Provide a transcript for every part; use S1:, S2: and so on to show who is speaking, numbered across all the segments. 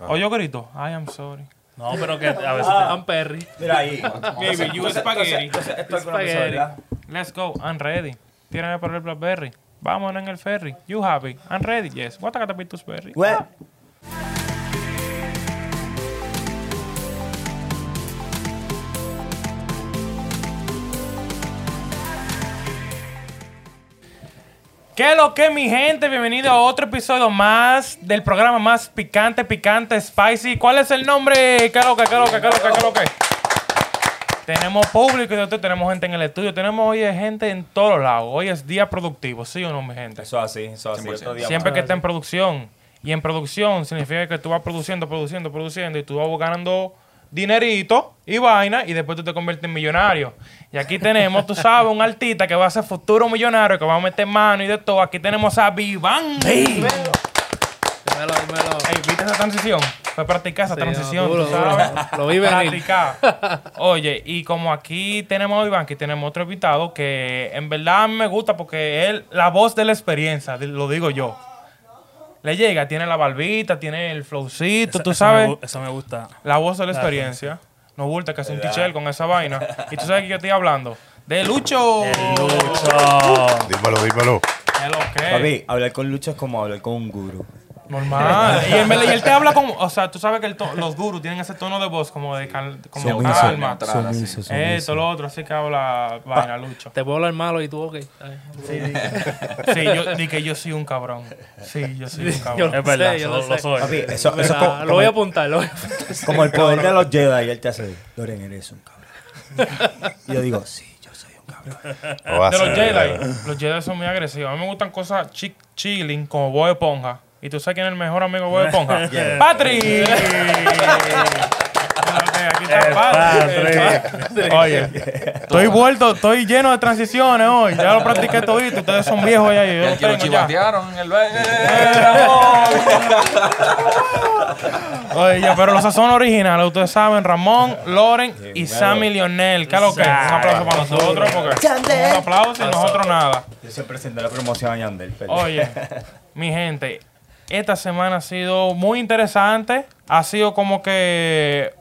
S1: O yo grito, I am sorry.
S2: No, pero que a veces te dan perry.
S3: Mira ahí.
S1: Baby, you spaghetti.
S3: Entonces, esto es con una persona,
S2: Spaghetti.
S3: ¿verdad?
S1: Let's go, I'm ready. Tírame por el Blackberry. Vámonos en el ferry. You happy? I'm ready. Yes. What I gotta be to berry?
S3: Bueno,
S1: ¿Qué es lo que, mi gente? Bienvenido a otro episodio más del programa más picante, picante, spicy. ¿Cuál es el nombre? ¿Qué es lo que, qué es lo que, qué es lo que, qué es lo que? Tenemos público y de todo, tenemos gente en el estudio, tenemos hoy gente en todos lados. Hoy es día productivo, ¿sí o no, mi gente?
S3: Eso es así, eso es así. Otro día
S1: Siempre que está en producción. Y en producción significa que tú vas produciendo, produciendo, produciendo y tú vas ganando dinerito y vaina y después tú te conviertes en millonario. Y aquí tenemos, tú sabes, un artista que va a ser futuro millonario, que va a meter mano y de todo. Aquí tenemos a Vivan. Ey,
S2: Dímelo, dímelo.
S1: ¿Viste esa transición? Fue practicar esa
S2: Sí,
S1: transición,
S2: duro,
S1: tú sabes.
S2: duro. Lo vi venir.
S1: Practicar. Oye, y como aquí tenemos a Iván, aquí tenemos otro invitado que en verdad me gusta porque él, la voz de la experiencia, di- lo digo yo. Le llega, tiene la barbita, tiene el flowcito, tú sabes.
S4: Eso me gusta.
S1: La voz de la experiencia. No bulta que hace un tichel con esa vaina. Y tú sabes que yo estoy hablando. De Lucho.
S4: Lucho.
S5: Dímelo, dímelo.
S1: Es lo que es.
S3: Papi, hablar con Lucho es como hablar con un gurú.
S1: Normal. y, él, me- y él te habla como. O sea, tú sabes que el to- los gurus tienen ese tono de voz como de, cal- como de calma. Esto, lo otro, así que habla vaina, Lucho.
S2: Te puedo hablar malo y tú, ok. Ay,
S1: Sí, yo di que yo soy un cabrón. Sí, yo soy un
S2: Yo
S1: cabrón.
S2: lo
S4: Es verdad,
S2: sé, yo
S4: lo,
S2: lo
S4: lo
S2: sé.
S4: soy.
S1: eh,
S3: Papi, eso, eso es
S2: Mira,
S1: ah,
S3: como,
S2: lo voy a apuntar, lo voy a apuntar.
S3: como el poder de los Jedi. Y él te hace, Dorian, eres un cabrón. Y yo digo, sí, yo soy un cabrón.
S5: Lo va a
S1: De los
S5: hacer.
S1: Jedi, los Jedi son muy agresivos. A mí me gustan cosas chi- chilling como Bob Esponja. ¿Y tú sabes quién es el mejor amigo de Bob Esponja? ¡Patrick! Ok, aquí está
S4: El
S1: Patrick. Oye, estoy vuelto, estoy lleno de transiciones hoy. Ya lo practiqué todito. Ustedes son viejos ya. Yo no
S6: Ya que lo
S1: tengo ya.
S6: chivatearon en el baile.
S1: Oye, ya, pero los son originales. Ustedes saben, Ramón, Loren y Sammy Lionel. ¿Qué es lo que? es? Un aplauso para nosotros porque un aplauso y nosotros nada.
S3: Yo siempre siento la promoción a Yandel. perdón.
S1: Oye, mi gente, esta semana ha sido muy interesante. Ha sido como que.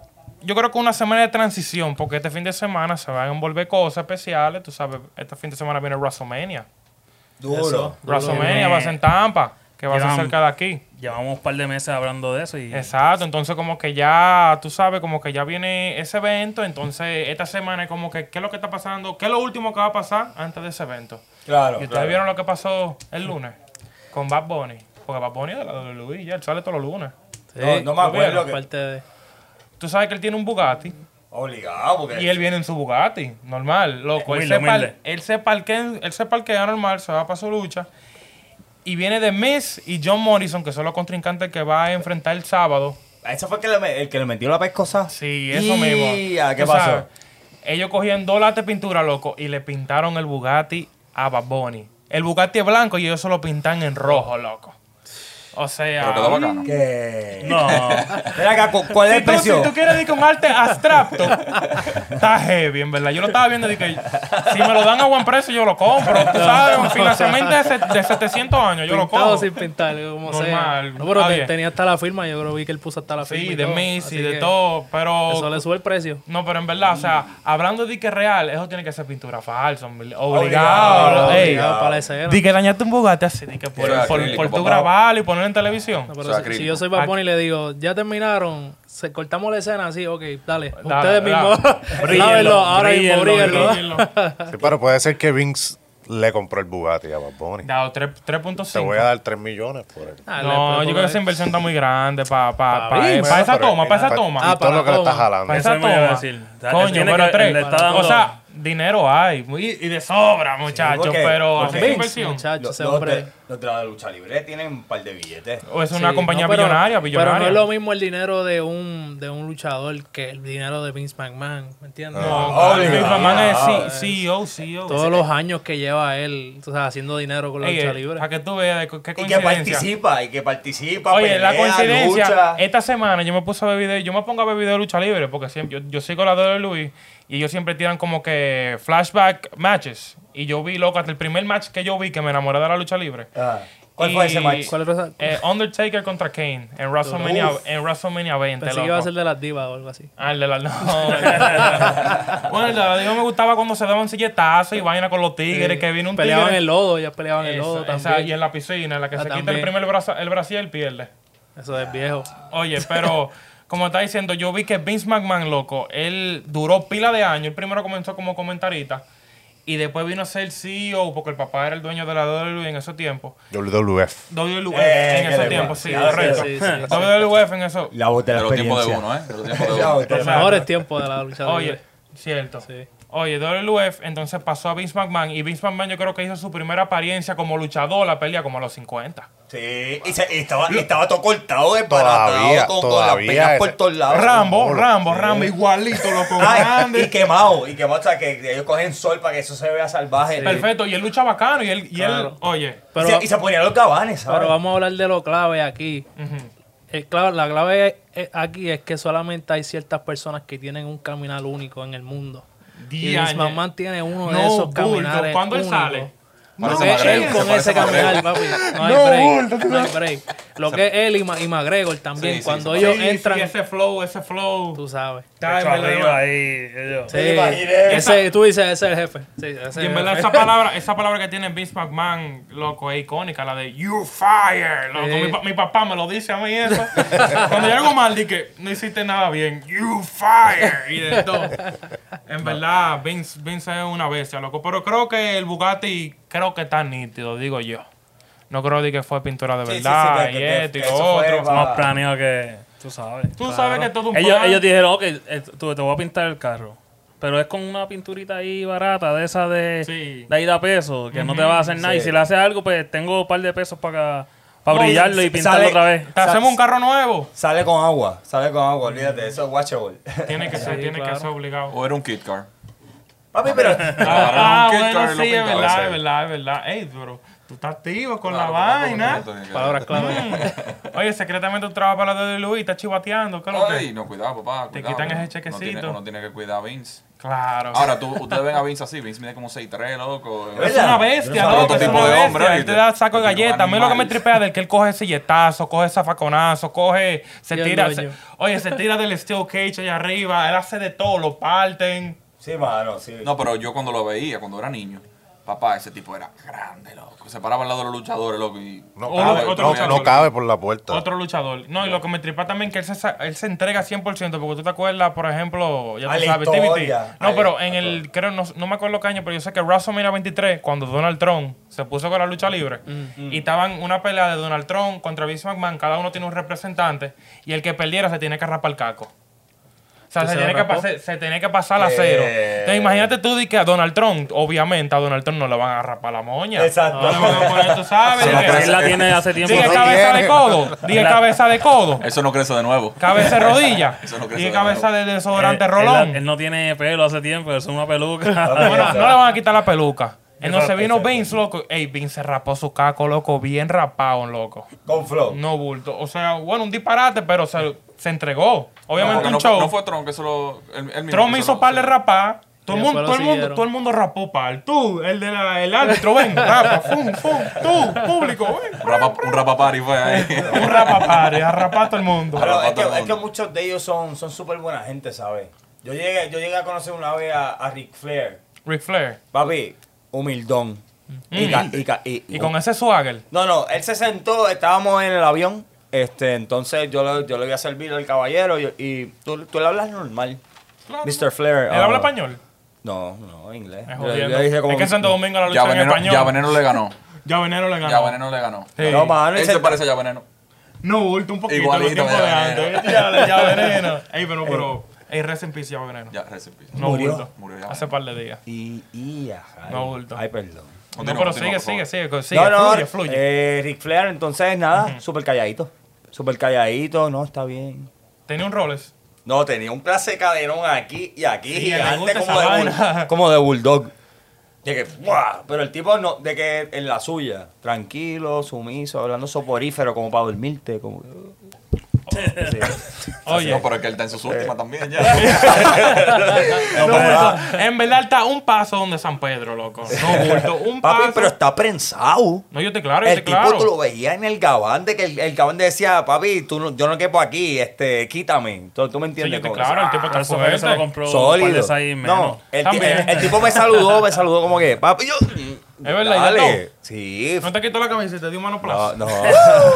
S1: Yo creo que una semana de transición, porque este fin de semana se van a envolver cosas especiales. Tú sabes, este fin de semana viene WrestleMania.
S3: Duro.
S1: WrestleMania va a ser en Tampa, que va a ser
S4: Llevan-
S1: cerca de aquí.
S4: Llevamos un par de meses hablando de eso y
S1: Exacto, entonces como que ya, tú sabes, como que ya viene ese evento, entonces esta semana es como que, ¿qué es lo que está pasando? ¿Qué es lo último que va a pasar antes de ese evento?
S3: Claro,
S1: ¿Y ustedes
S3: claro.
S1: vieron lo que pasó el lunes con Bad Bunny? Porque Bad Bunny es de la WWE, ya él sale todos los lunes.
S3: No, no me
S1: lo
S3: acuerdo. Que,
S2: Parte de...
S1: Tú sabes que él tiene un Bugatti
S3: obligado, porque.
S1: y él viene en su Bugatti, normal, loco. Él
S4: Humilde,
S1: se, par,
S4: humilde.
S1: él, se parquea, él se parquea normal, se va para su lucha. Y viene de Miss y John Morrison, que son los contrincantes que va a enfrentar el sábado.
S3: Ese fue el que le, me- el que le metió la pescosa.
S1: Sí, eso mismo.
S3: Ya, ah, ¿Qué
S1: Tú
S3: pasó?
S1: sabes, ellos cogían dos latas de pintura, loco, y le pintaron el Bugatti a Bad Bunny. El Bugatti es blanco y ellos se lo pintan en rojo, loco. O sea...
S6: Pero quedó bacano.
S3: Que.
S4: no.
S3: Ven acá, ¿cu- ¿cuál es
S1: Si
S3: el
S1: tú, si
S3: precio?
S1: tú quieres decir con arte abstracto, está heavy, en verdad. Yo lo estaba viendo y dije, si me lo dan a buen precio, yo lo compro. Tú sabes, un financiamiento de, se- de 700 años, yo lo
S2: Pintado
S1: compro.
S2: sin pintar, como sea.
S1: Normal.
S2: No, pero
S1: Ah,
S2: te-
S1: bien.
S2: tenía hasta la firma, yo creo vi que él puso hasta la firma.
S1: Sí,
S2: y
S1: de
S2: todo,
S1: Messi,
S2: así
S1: de
S2: que
S1: todo, pero...
S2: Eso le sube el precio.
S1: No, pero en verdad, o sea, hablando de que es real, eso tiene que ser pintura falsa, hombre. obligado.
S3: Obligado,
S1: Ey,
S2: Obligado para la escena.
S1: Di que dañaste un Bugatti así, di que por,
S6: Era
S1: por-
S6: acrílico,
S1: por tu
S6: papá.
S1: grabarlo y ponerlo en televisión.
S2: No, pero
S6: Eso es
S2: si- si,
S6: acrílico.
S2: yo soy Bad Bunny y le digo, ya terminaron, se, cortamos la escena, así, ok, dale.
S1: Dale,
S2: Ustedes mismos,
S4: Bríguenlo,
S2: lávenlo, ahora mismo,
S4: bríguenlo,
S2: bríguenlo.
S5: Sí, pero puede ser que Vince le compró el Bugatti a Bad Bunny.
S1: Dado
S5: Te voy a
S1: 3.5.
S5: dar 3 millones por él.
S2: Ah,
S1: No,
S2: le-
S1: yo creo que esa inversión está muy grande para pa,
S2: Pa'
S1: pa,
S2: Vince.
S1: eh, pa esa toma, para esa toma.
S5: Y todo lo que le está
S2: Ah, para
S5: jalando.
S1: Para
S4: Pues Eso
S1: esa
S4: mismo iba a
S1: toma.
S4: decir. O sea, él
S1: Coño,
S4: tiene
S1: pero
S4: que-
S1: tres.
S4: le está
S1: O
S4: dando-
S1: sea, dinero hay. muy- y de sobra, muchachos.
S3: porque-
S1: pero
S3: porque
S1: esa
S2: Vince,
S1: inversión.
S2: muchacho,
S3: Los,
S2: ese
S3: los
S2: hombre.
S3: de, los de la lucha libre tienen un par de billetes.
S1: O es una
S2: Sí,
S1: compañía
S2: no, pero-
S1: billonaria, billonaria.
S2: Pero no es lo mismo el dinero de un, de un luchador que el dinero de Vince McMahon, ¿me entiendes?
S1: Ah. No,
S3: Obligado.
S1: mi mamá es C- E CEO, CEO.
S2: Todos los años que lleva él o sea, haciendo dinero con la
S1: Ey, eh, ah,
S2: lucha
S1: ey,
S2: libre.
S1: Para que tú veas de co- qué
S3: Y que
S1: coincidencia.
S3: participa, y que participa.
S1: Oye, la
S3: pelea,
S1: coincidencia,
S3: lucha.
S1: esta semana yo me puse a ver video, yo me pongo a ver video de lucha libre, porque siempre, yo, yo sigo la de Luis y ellos siempre tiran como que flashback matches. Y yo vi, loco, hasta el primer match que yo vi que me enamoré de la lucha libre.
S3: Ah. ¿Cuál fue ese match?
S2: ¿Cuál otro? sa-
S1: Eh, Undertaker contra Kane en WrestleMania, en WrestleMania 20.
S2: Pensé que iba a
S1: loco.
S2: ser de las divas o algo así.
S1: Ah, el de la... No. bueno, el de la diva me gustaba cuando se daban silletazos y vaina con los tigres,
S2: Sí.
S1: que vino un
S2: peleaban
S1: tigre.
S2: en el lodo, ellas peleaban en el
S1: Esa-
S2: lodo
S1: esa-
S2: también.
S1: y en la piscina, en la que
S2: Ah,
S1: se quita el
S2: también.
S1: primer brazo, el brasier pierde.
S2: Eso es viejo.
S1: Oye, pero como está diciendo, yo vi que Vince McMahon, loco, él duró pila de años. Él primero comenzó como comentarista y después vino a ser CEO porque el papá era el dueño de la WWE en esos tiempos.
S5: WWF.
S1: WWF
S3: Eh,
S1: en
S3: que
S1: esos
S3: le-
S1: tiempos, sí,
S2: sí,
S1: correcto.
S2: sí, sí, sí.
S1: WWF en eso.
S3: La voz de la
S6: De los tiempos de
S3: experiencia.
S6: uno, ¿eh? De los tiempos de
S3: La
S6: uno.
S3: voz de
S2: Los
S3: la-
S2: mejores tiempos de la lucha
S1: Oye,
S2: libre.
S1: cierto.
S2: Sí.
S1: Oye, WWF entonces pasó a Vince McMahon y Vince McMahon yo creo que hizo su primera apariencia como luchador, la pelea como a los 50.
S3: Sí, y, se- y estaba, y estaba todo cortado, desbaratado,
S5: Todavía,
S3: con, con las
S5: todavía.
S3: penas por
S5: ese-
S3: todos lados.
S1: Rambo,
S5: Rambo,
S1: Rambo, Rambo, igualito, loco,
S3: Ay,
S1: grande.
S3: y quemado, y quemado, o sea, que ellos cogen sol para que eso se vea salvaje.
S1: Perfecto, y él lucha bacano y él, y él
S2: Claro.
S1: oye,
S2: Pero,
S3: y, se, y se ponían los gabanes, ¿sabes?
S2: pero vamos a hablar de lo clave aquí.
S1: ujú,
S2: El clave- la clave eh, aquí es que solamente hay ciertas personas que tienen un caminar único en el mundo. Y
S1: Diañe.
S2: Vince McMahon tiene uno de
S1: No,
S2: esos
S1: bulto.
S2: caminares.
S1: ¿Cuándo él
S2: únicos.
S1: sale?
S2: Lo
S6: Parece
S2: que es
S6: Magrego,
S2: él
S6: se
S2: con
S6: parece
S2: ese
S6: Magrego.
S2: caminar, papi. No hay break. no hay break. Lo que es él y, Ma- y McGregor también.
S6: Sí, sí,
S2: cuando
S6: sí.
S2: ellos
S1: Sí, sí,
S2: entran,
S1: ese flow, ese flow.
S2: tú sabes.
S1: Está, en
S4: Pecho
S1: verdad,
S4: arriba ahí. ellos.
S2: Sí.
S3: me imaginé.
S2: Ese, tú dices, ese es el jefe. Sí, ese es
S1: Y
S2: el
S1: en verdad
S2: jefe.
S1: esa palabra, esa palabra que tiene Vince McMahon, loco, es icónica, la de You fire. Loco,
S2: Sí.
S1: mi, pa- mi papá me lo dice a mí eso. Cuando yo algo mal, dije, no hiciste nada bien. You fire. Y de todo. En verdad, Vince, Vince es una bestia, loco. Pero creo que el Bugatti, creo que está nítido, digo yo. No creo de que fue pintura de
S3: Sí, sí, sí,
S1: verdad
S3: que-
S1: y
S3: que-
S1: esto y
S3: que
S1: lo
S3: eso fue
S1: otro.
S3: pa-
S4: Más planeado que. Tú sabes.
S1: Tú sabes que todo un
S4: ellos,
S1: plan.
S4: ellos dijeron, ok, eh, tú, te voy a pintar el carro. Pero es con una pinturita ahí barata, de esa de,
S1: Sí.
S4: de ahí da peso, que no te va a hacer nada. Y si le haces algo, pues tengo un par de pesos para, para brillarlo y
S3: sale-
S4: pintarlo otra vez.
S1: Te hacemos un carro nuevo.
S3: Sale con agua, sale con agua, olvídate, eso es watchable.
S1: Tiene que ser, tiene que
S2: claro.
S1: ser obligado.
S6: O era un Kit Kat.
S3: Papi, pero...
S1: Ah,
S6: Agarraron un Kit
S1: bueno,
S6: Kat y lo
S1: sí, es
S6: pintaron.
S1: verdad,
S6: Sí.
S1: es verdad, es verdad. Ey, pero tú estás activo con
S6: Claro,
S1: la
S6: claro,
S1: vaina. Mm.
S6: claro, claro.
S2: Palabras clave.
S1: Oye, secretamente tú trabajas para la de Luis, estás chivateando, ¿qué es lo que?
S6: Ay, no, cuidado, papá.
S1: Te
S6: cuidado.
S1: quitan ese
S6: Uno
S1: chequecito.
S6: tiene- Uno tiene que cuidar a Vince.
S1: Claro.
S6: Ahora, tú, ustedes ven a Vince así. Vince mide como 6'3, loco.
S1: es una
S3: Yo
S1: bestia,
S3: no sabía
S1: loco,
S3: otro
S1: es
S6: tipo
S1: una
S6: de
S1: bestia.
S6: hombre,
S1: Él
S6: ¿viste?
S1: te da saco de
S6: Yo digo,
S1: galletas. A mí lo que me
S6: animales.
S1: tripea del que él coge silletazo, coge zafaconazo, coge... Se
S2: Y el
S1: tira...
S2: dueño.
S1: se- oye, se tira del steel cage allá arriba, él hace de todo, lo parten.
S3: Sí, mano, sí.
S6: No, pero yo cuando lo veía, cuando era niño, papá, ese tipo era grande, loco. Se paraba al lado de los luchadores, loco. Y
S5: No
S1: Uno-
S5: cabe,
S1: otro
S5: no-
S1: luchador.
S5: no cabe por la puerta.
S1: Otro luchador. No, y lo que me tripa también que él se, sa- él se entrega 100%, porque tú te acuerdas, por ejemplo, ya
S3: A
S1: tú
S3: la
S1: sabes,
S3: historia.
S1: TBT. No,
S3: A la-
S1: pero en
S3: a
S1: el, creo, no, no me acuerdo qué año, pero yo sé que WrestleMania 23, cuando Donald Trump se puso con la lucha libre, y estaban una pelea de Donald Trump contra Vince McMahon, cada uno tiene un representante, y el que perdiera se tiene que rapar el caco. O sea,
S2: ¿Que
S1: se
S2: se lo
S1: tiene, que
S2: rapó?
S1: pase- se tiene que pasar a
S3: Eh.
S1: cero. Entonces, imagínate tú di que a Donald Trump, obviamente a Donald Trump no le van a rapar la moña.
S3: Exacto.
S1: No le van a poner, tú sabes.
S6: Se lo
S1: de que-
S4: Pero él la tiene hace tiempo.
S1: Dije
S5: no
S1: cabeza
S5: quiere.
S1: de codo. Dije cabeza de codo.
S6: eso no crece de nuevo.
S1: Cabeza de rodilla.
S6: Eso Eh, no crece
S1: Dije
S6: de
S1: cabeza de desodorante
S4: Él- él- Él,
S1: rolón.
S4: no tiene pelo hace tiempo, eso es una peluca.
S1: Bueno, no le van a quitar la peluca. Entonces vino Vince, loco. Ey, Vince se rapó su caco, loco. Bien rapado, loco.
S3: Con flow.
S1: No bulto. O sea, bueno, un disparate, pero se, se entregó. Obviamente
S6: no,
S1: un
S6: no,
S1: show.
S6: no fue Tron, que solo. Él, él mismo
S1: Trump
S6: que
S1: hizo
S6: solo-
S1: par de
S6: sí.
S1: rapar. Todo el,
S2: Y
S1: mundo,
S2: después
S1: todo,
S2: lo
S1: el mundo,
S2: siguieron.
S1: todo el mundo rapó par. Tú, el del el árbitro, ven, rapa, fum, fum. Tú, público, ven.
S6: Un rapa- un rapapari fue ahí.
S1: Un rapa par, a rapar todo el mundo.
S3: Pero
S6: Para
S3: es que,
S6: todo el
S3: es que
S6: mundo.
S3: muchos de ellos son son súper buena gente, ¿sabes? Yo llegué, yo llegué a conocer una vez a, a Ric Flair.
S1: Ric Flair.
S3: Papi, humildón. Y, ca- y ca- y-
S1: Mm. Y con ese swagger.
S3: No, no, él se sentó, estábamos en el avión. Este, entonces yo le, yo le voy a servir al caballero y, y tú, tú le hablas normal.
S1: Claro.
S3: Mr. Flair.
S1: ¿Él
S3: ah,
S1: habla español?
S3: No, no, inglés.
S1: Es
S3: Yo- yo le dije
S1: jodiendo.
S3: como
S1: Es que en Santo Domingo la
S6: ya,
S1: lucha en
S6: veneno,
S1: español.
S6: ya Veneno le ganó.
S1: Ya Veneno le ganó.
S6: Ya Veneno le ganó.
S1: Sí.
S3: No, mano,
S6: Él
S3: ese-
S6: se parece a Ya Veneno.
S1: No, bulto un poquito
S6: Igualito
S1: los tiempos
S6: Ya
S1: de antes.
S6: Veneno.
S1: Ya, ya Veneno. Ey, pero, pero... Ey, rest in peace, Ya Veneno.
S6: Ya, recipe.
S1: No,
S3: Murió.
S1: bulto.
S6: Murió Ya
S1: Hace par de días.
S3: Y, y ajá.
S1: No, bulto.
S3: Ay, perdón.
S1: No,
S6: Continúa,
S1: pero
S6: continúa,
S1: sigue,
S6: por
S1: sigue,
S6: favor.
S1: sigue, co- sigue. fluye, fluye.
S3: Eh, Ric Flair, entonces nada, súper calladito. Súper calladito, no, está bien.
S1: Tenía un Rolex.
S3: No, tenía un clase de caderón aquí y aquí,
S1: Sí, me
S3: gigante,
S1: gusta
S3: como de,
S1: esa vaina.
S3: bull- como de bulldog. De que, ¡buah! Pero el tipo no, de que en la suya, tranquilo, sumiso, hablando soporífero, como para dormirte. Como...
S1: Oye,
S6: No, pero es que él está en sus últimas también ya.
S1: no, eso- en verdad está un paso donde San Pedro, loco. No, bulto, un
S3: Papi,
S1: paso.
S3: pero está prensado.
S1: No, yo te claro, yo
S3: el
S1: te
S3: tipo
S1: claro.
S3: tú lo veías en el gabán, de que el, el gabán decía, papi, tú no- yo no quepo aquí, este, quítame. ¿Tú, tú me
S1: Sí,
S3: entiendes?
S1: yo te
S3: como- ¡Ah!
S1: claro, el tipo está
S4: Ah, Pero eso fue que se lo
S1: fuerte.
S4: compró un par de
S3: Sólido.
S4: seis
S3: no,
S4: menos.
S3: el, ti-
S1: También.
S3: el- el tipo me saludó, me saludó como que, papi, yo... Es
S1: verdad, ya no.
S3: Sí.
S1: No te quitó la camiseta, te dio mano
S3: No,
S1: plaza.
S3: no.